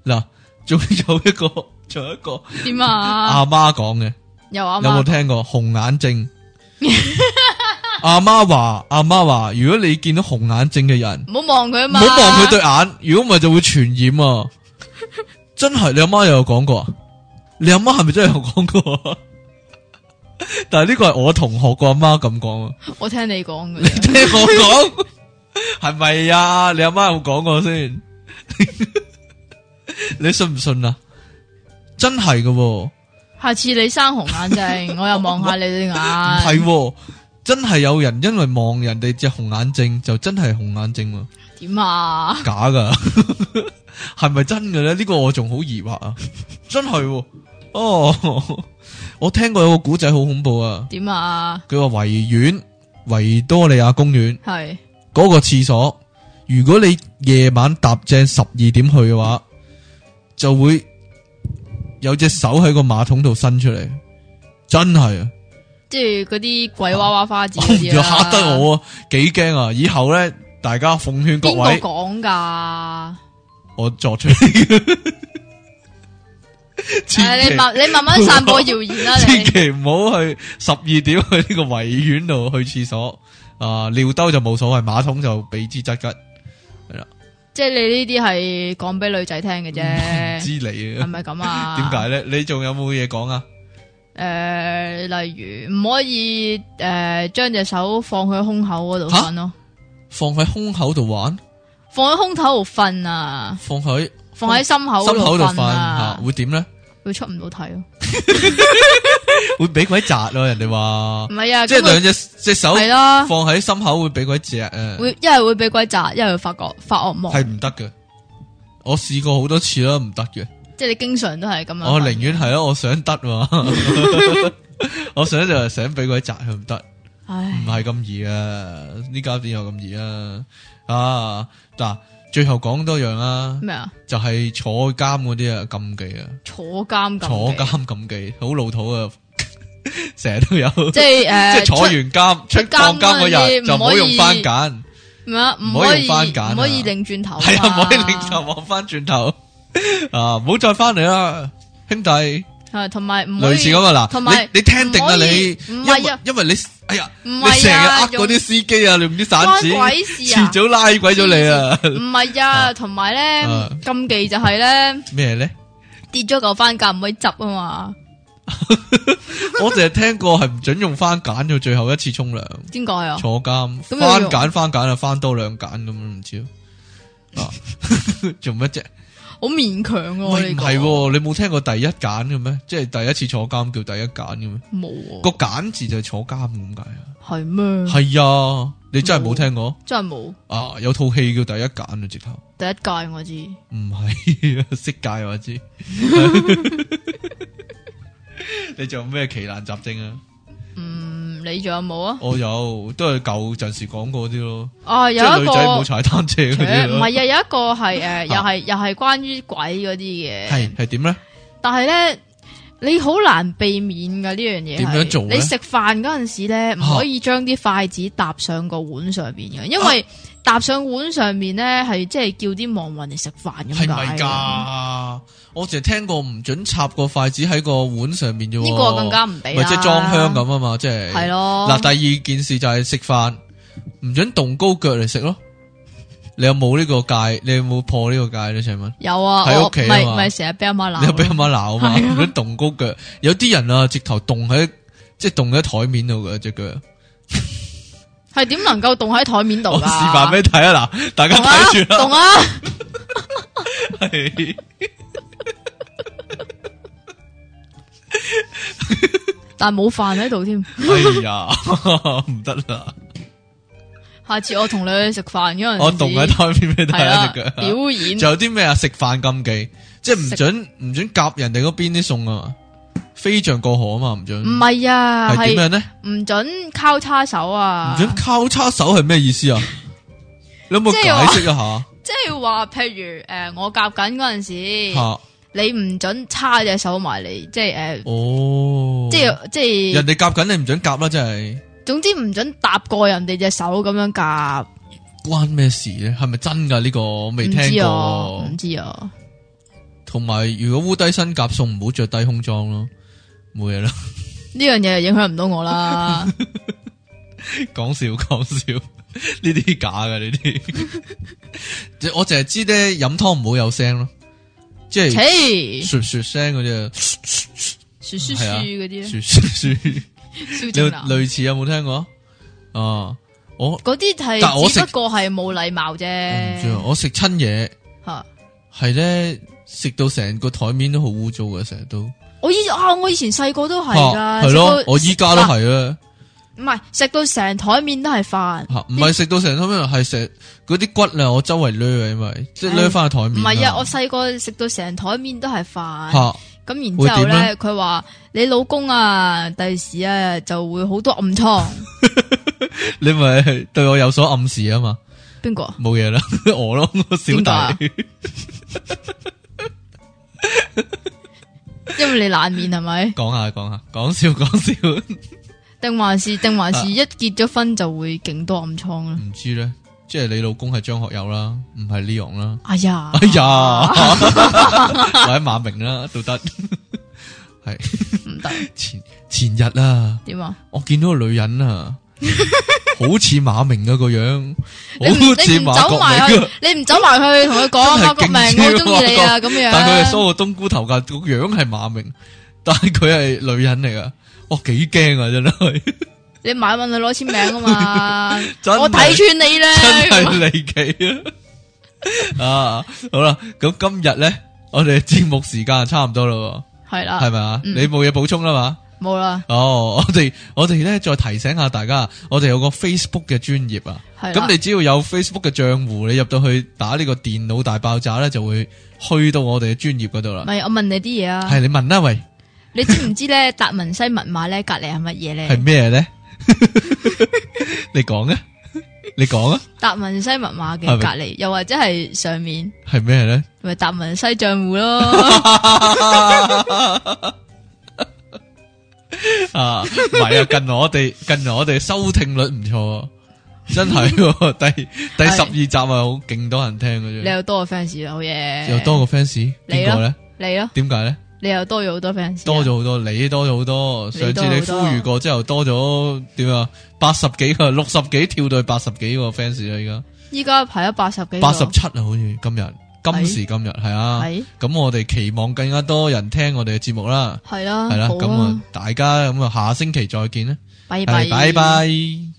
S1: 嗱，仲有一個，仲有一個
S2: 点啊？
S1: 阿媽講嘅。
S2: 又
S1: 有
S2: 阿
S1: 冇
S2: 媽
S1: 聽過紅眼症？ [LAUGHS] 阿媽話：阿媽話，如果你見到紅眼症嘅人，
S2: 唔好望佢啊
S1: 唔
S2: 嘛！
S1: 好望佢對眼，如果唔係就會傳染啊！真係，你阿媽又有講過啊？你阿媽係咪真係有講過啊？但系呢个系我同學個阿媽咁講啊，
S2: 我聽你講嘅啫，
S1: 聽我講係咪啊？你阿媽有冇講過先？你信唔信啊？真係噶、喎！
S2: 下次你生紅
S1: [LAUGHS]
S2: 眼症，我又望下你對
S1: 唔
S2: 眼。
S1: 系、喎，真系有人因为望人哋只红眼症就真系红眼症喎，
S2: 點啊？
S1: 假噶， [LAUGHS] 系咪真嘅咧？呢、個个我仲好疑惑啊，真系、喎。哦，我听过有个古仔好恐怖啊，
S2: 點啊？
S1: 佢话维园维多利亚公园
S2: 係
S1: 嗰、個个厕所，如果你夜晚搭正十二点去嘅话，就会有只手喺个马桶度伸出嚟，真系啊！
S2: 即係嗰啲鬼娃娃花子
S1: 我
S2: 嗰
S1: 唔
S2: 啲
S1: 要
S2: 啦
S1: 吓哦得我啊，几惊啊！以后咧，大家奉劝各
S2: 邊
S1: 位
S2: 個，講㗎？
S1: 我作
S2: [LAUGHS]
S1: 出千
S2: 誒
S1: 祈
S2: 你慢你慢慢散播謠言啦，
S1: 千
S2: 你
S1: 祈唔好去十二點去呢個維園度去廁所啊！尿兜就冇所謂，馬桶就俾之則吉，
S2: 即係你呢啲係講俾女仔聽嘅
S1: 唔
S2: 啫，
S1: 知你
S2: 係
S1: 啊？
S2: 咪咁啊？
S1: 點解咧？你仲有冇嘢講啊？
S2: 诶、呃例如唔可以诶，将、隻手放喺胸口嗰度
S1: 吓
S2: 瞓咯，
S1: 放喺胸口度玩，
S2: 放喺胸口度瞓啊，
S1: 放喺心
S2: 放喺心口嗰
S1: 口度瞓吓，
S2: 啊，
S1: 會點咧？
S2: 會出唔到體咯。
S1: 會俾鬼砸咯！人哋話
S2: 唔，係啊，
S1: 即係兩隻隻手
S2: 系啦，
S1: 放喺心口會俾鬼砸啊！
S2: 會一係會俾鬼砸，一係會發覺發惡夢，
S1: 系唔得嘅。我试过好多次啦，唔得嘅。
S2: 即係你經常都係咁樣啊瞓。
S1: 我宁愿系咯，我想得
S2: [LAUGHS]
S1: 嘛， [LAUGHS] 我想就系想俾鬼砸佢唔得，唔
S2: 唉
S1: 系，咁易啊！呢家边有咁易啊？啊嗱，最后讲多样啦，
S2: 咩啊？
S1: 就系、坐监嗰啲啊禁忌啊，
S2: 坐監咁，
S1: 坐，监禁忌好老土啊， [LAUGHS] 成日都有，
S2: 即係诶，
S1: [LAUGHS] 即系坐完监出
S2: 出
S1: 放监嗰
S2: 監嗰
S1: 日
S2: 啲
S1: 就唔
S2: 唔
S1: 好
S2: 可以
S1: 用番碱，
S2: 咩啊？唔
S1: 唔可
S2: 可
S1: 以
S2: 以
S1: 用番梘啊
S2: 唔可以拧轉頭嘛，
S1: 系啊，唔可以拧头望翻转头 [LAUGHS] 啊，唔好再翻嚟啦，兄弟。
S2: 係，同埋唔可
S1: 类似
S2: 以
S1: 咁啊，
S2: 同
S1: 嗱，
S2: 埋
S1: 你你听定啦，
S2: 唔可
S1: 你
S2: 以
S1: 因
S2: 唔係
S1: 為
S2: 啊
S1: 因為你，哎呀，
S2: 唔
S1: 你成
S2: 係
S1: 日
S2: 啊
S1: 呃嗰啲司機啊，你唔知散
S2: 關
S1: 紙，
S2: 鬼
S1: [LAUGHS]
S2: 事啊
S1: 遲！早拉鬼咗你啊！ [LAUGHS]
S2: 唔系啊，同埋
S1: 啊
S2: 咧禁忌就系咧
S1: 咩咧？
S2: 跌咗嚿番梘唔可以执啊嘛？
S1: 我淨係聽過係唔准用番梘做最後一次沖涼，
S2: 点解啊？
S1: 坐監
S2: 咁
S1: 番
S2: 又用
S1: 梘番梘啊，翻多兩梘咁唔
S2: [LAUGHS]
S1: 知啊， [LAUGHS] 做乜啫？
S2: 好勉强啊！
S1: 喂，
S2: 你
S1: 唔
S2: 個
S1: 係喎，你冇聽過第一梘嘅咩？即係第一次坐監叫第一梘嘅咩？個
S2: 冇
S1: 梘字就係坐監咁解啊？
S2: 啊？系咩？
S1: 係啊，你真係冇聽過
S2: 真系冇
S1: 啊？有套戲叫第一梘啊，直頭。
S2: 第一届我知，
S1: 唔系 [LAUGHS] 色戒我知。你仲有咩奇難雜症啊？
S2: 嗯，你仲有冇啊？
S1: 我有，都係舊陣時講過啲咯，
S2: 啊，
S1: 即
S2: 有
S1: 係
S2: 一
S1: 女
S2: 个
S1: 仔唔好踩單車嗰
S2: 切
S1: 啲
S2: 唔
S1: 咯。
S2: 系啊，有一个系诶，又
S1: [LAUGHS] 啊
S2: 系又系关于鬼嗰啲嘅，
S1: 係係點咧？
S2: 但系咧。你好難避免噶呢樣嘢
S1: 點
S2: 係，
S1: 樣做呢
S2: 你食飯嗰陣時咧，唔
S1: 啊
S2: 可以將啲筷子搭上個碗上邊嘅，因
S1: 啊
S2: 為搭上碗上面咧係即係叫啲亡魂嚟食飯咁解啊
S1: 係咪
S2: 㗎。
S1: 㗎？我淨係聽過唔准插個筷子喺個碗上面啫喎。
S2: 呢個更加唔俾
S1: 哦咪
S2: 啦。
S1: 即係裝香。咁啊嘛，即係。
S2: 係咯
S1: 嗱，第二件事就係食飯唔准動高腳嚟食咯。你有冇呢個戒？你有冇破呢個戒咧？請問？
S2: 有啊，
S1: 喺
S2: 我
S1: 屋企啊
S2: 咪
S1: 嘛
S2: 咪成日俾阿媽鬧。
S1: 你又俾阿媽鬧啊嘛，
S2: 係
S1: 唔准動高腳。有啲人啊，直頭動喺即係動喺台面度嘅只腳。
S2: 係點能夠凍喺台面度
S1: 我
S2: 㗎？
S1: 示範俾你睇啊，嗱，大家
S2: 凍啊
S1: 睇住啦 [LAUGHS] 哎
S2: 凍。啊！
S1: 係
S2: 但係冇飯喺度添。
S1: 哎呀， [LAUGHS] 唔得
S2: [LAUGHS]
S1: 啦！
S2: 下次我同你去食飯嗰陣時，
S1: 我動喺台面俾你
S2: 係
S1: 睇啊
S2: 啦
S1: 只腳。
S2: 表演
S1: 仲有啲咩啊？食飯禁忌，即係唔
S2: 食
S1: 准唔准夾人哋嗰邊啲餸啊嘛，飛象過河啊嘛，唔准
S2: 唔。係啊，
S1: 係
S2: 係
S1: 點樣咧？
S2: 唔准交叉手啊
S1: 唔！准交叉手係咩意
S2: [LAUGHS]
S1: 思啊？你有冇
S2: 即
S1: 解
S2: 係話
S1: 釋一
S2: [LAUGHS]
S1: 下？
S2: 即係話，譬如诶，我夾緊嗰陣時，
S1: 吓，
S2: 你唔准叉隻手埋嚟，即係诶，
S1: 哦，
S2: 即係即係
S1: 人哋夾緊你唔准夾啦，真係。
S2: 總之唔准搭過人哋隻手咁樣夾。
S1: 关咩事咧？系咪真噶呢、個？个？我未
S2: 唔
S1: 听
S2: 知啊，
S1: 过
S2: 唔。知啊。
S1: 同埋，如果乌低身夾餸，唔好着低胸裝咯，冇嘢啦。
S2: 呢样嘢影响唔到我
S1: [LAUGHS]
S2: 啦，
S1: 講笑 [LAUGHS] 講笑，呢啲假嘅呢啲。即我淨係知咧，飲湯唔好有聲咯，即係
S2: 切，
S1: 雪雪聲嗰啲啊，
S2: 雪雪雪
S1: 係啊
S2: 嗰啲咧， [LAUGHS]
S1: 雪雪雪。
S2: 萧
S1: 你
S2: 正楠
S1: 类似有冇聽過？啊，我
S2: 嗰啲
S1: 但我
S2: 係
S1: 食
S2: 只不過係冇禮貌
S1: 我唔知啊
S2: 啫，
S1: 我食親嘢
S2: 吓。
S1: 係咧食到成個台面都好污糟嘅，成日都
S2: 我以啊，我以前細個都係
S1: 嚇
S2: 噶，
S1: 係咯
S2: 食，到
S1: 我依家都係啊。
S2: 唔係食到成台面都係飯，
S1: 吓，唔系食到成身咩？系食嗰啲骨啊，我周围掠啊，因为即系掠翻去台
S2: 唔
S1: 面。
S2: 係啊，我細個食到成台面都係飯。
S1: 吓
S2: 咁然之後
S1: 會點
S2: 咧，佢話你老公啊，第時啊就會好多
S1: [LAUGHS]
S2: 暗瘡。
S1: 你咪係对我有所暗示啊嘛，
S2: 邊個啊？
S1: 冇嘢啦， [LAUGHS] 我咯，我小
S2: 點解啊
S1: 弟
S2: 因為你冷面係咪？
S1: 讲下讲下，讲笑讲笑，
S2: 定還是定還
S1: 啊
S2: 是一結咗婚就會勁多暗瘡啊咧？
S1: 唔知咧，即系你老公系张學友啦，唔系 Leon 啦，
S2: 哎呀，
S1: 哎呀， [LAUGHS] 或者馬明啦都得，系
S2: 唔得
S1: 前前日啊，
S2: 點啊？
S1: 我見到個女人
S2: [LAUGHS]
S1: 啊，好似馬明啊個樣，好
S2: 你唔
S1: 似
S2: 你唔
S1: 馬
S2: 走
S1: 國
S2: 埋
S1: 明啊
S2: 去。，你唔走埋去同佢講
S1: 真係
S2: 馬國明，
S1: 勁
S2: 我中意你啊
S1: 超
S2: 咁樣。
S1: 但佢系梳個冬菇頭噶，個樣係馬明，但係佢係女人嚟噶，哇幾驚啊真係，
S2: 你買問佢攞簽名啊嘛
S1: [LAUGHS] 真係，
S2: 我睇穿你咧。咁啊
S1: 真係離奇
S2: [LAUGHS]
S1: 啊！啊，好啦，咁今日咧，我哋節目時間差唔多啦
S2: 係
S1: 喎，係
S2: 啦，
S1: 咪啊？
S2: 嗯
S1: 你冇嘢補充啦嘛？
S2: 冇啦，
S1: 哦，我哋我哋咧再提醒下大家，我哋有個 Facebook 嘅專業啊，
S2: 係啦
S1: 咁你只要有 Facebook 嘅賬户，你入到去打呢個電腦大爆炸咧，就會去到我哋嘅專業嗰度啦。
S2: 咪我問你啲嘢啊
S1: 係，你問啦，喂。
S2: 你知唔知咧達文西密碼咧隔離係乜嘢
S1: 系
S2: 咧？
S1: 咩咧？ [LAUGHS] 你讲啊，你讲啊，
S2: 達文西密碼嘅
S1: 係咪
S2: 隔離，又或者係上面
S1: 系咩咧？
S2: 咪達文西賬户
S1: [LAUGHS]
S2: 咯，
S1: 啊，唔系
S2: [LAUGHS]
S1: 啊，近我哋近我哋收听率唔错啊，真系
S2: [LAUGHS]
S1: 喎第第
S2: 係
S1: 十二集啊，好勁多人聽嘅
S2: 你
S1: 啫，
S2: 又多個 fans 啦，好嘢，
S1: 又多個 fans，
S2: 你
S1: 邊
S2: 咯啊
S1: 個咧？
S2: 你咯，
S1: 點解咧？
S2: 你又多咗好多 fans，啊
S1: 多，咗好多，你多咗好多。
S2: 你
S1: 上次
S2: 多咗
S1: 你
S2: 好
S1: 呼
S2: 多
S1: 籲過之後，多咗點啊？八十幾個、六十幾跳到去八十幾個 fans 啦，
S2: 依家排咗八十幾個，
S1: 而家八十七啊，好似今日今時今日係啊。
S2: 係
S1: 咁我哋期望更加多人聽我哋嘅節目啦，
S2: 係啦，
S1: 係啦，啊
S2: 好啊
S1: 咁啊，大家咁啊，下星期再見啦，
S2: 拜
S1: 係
S2: 拜
S1: 拜。拜。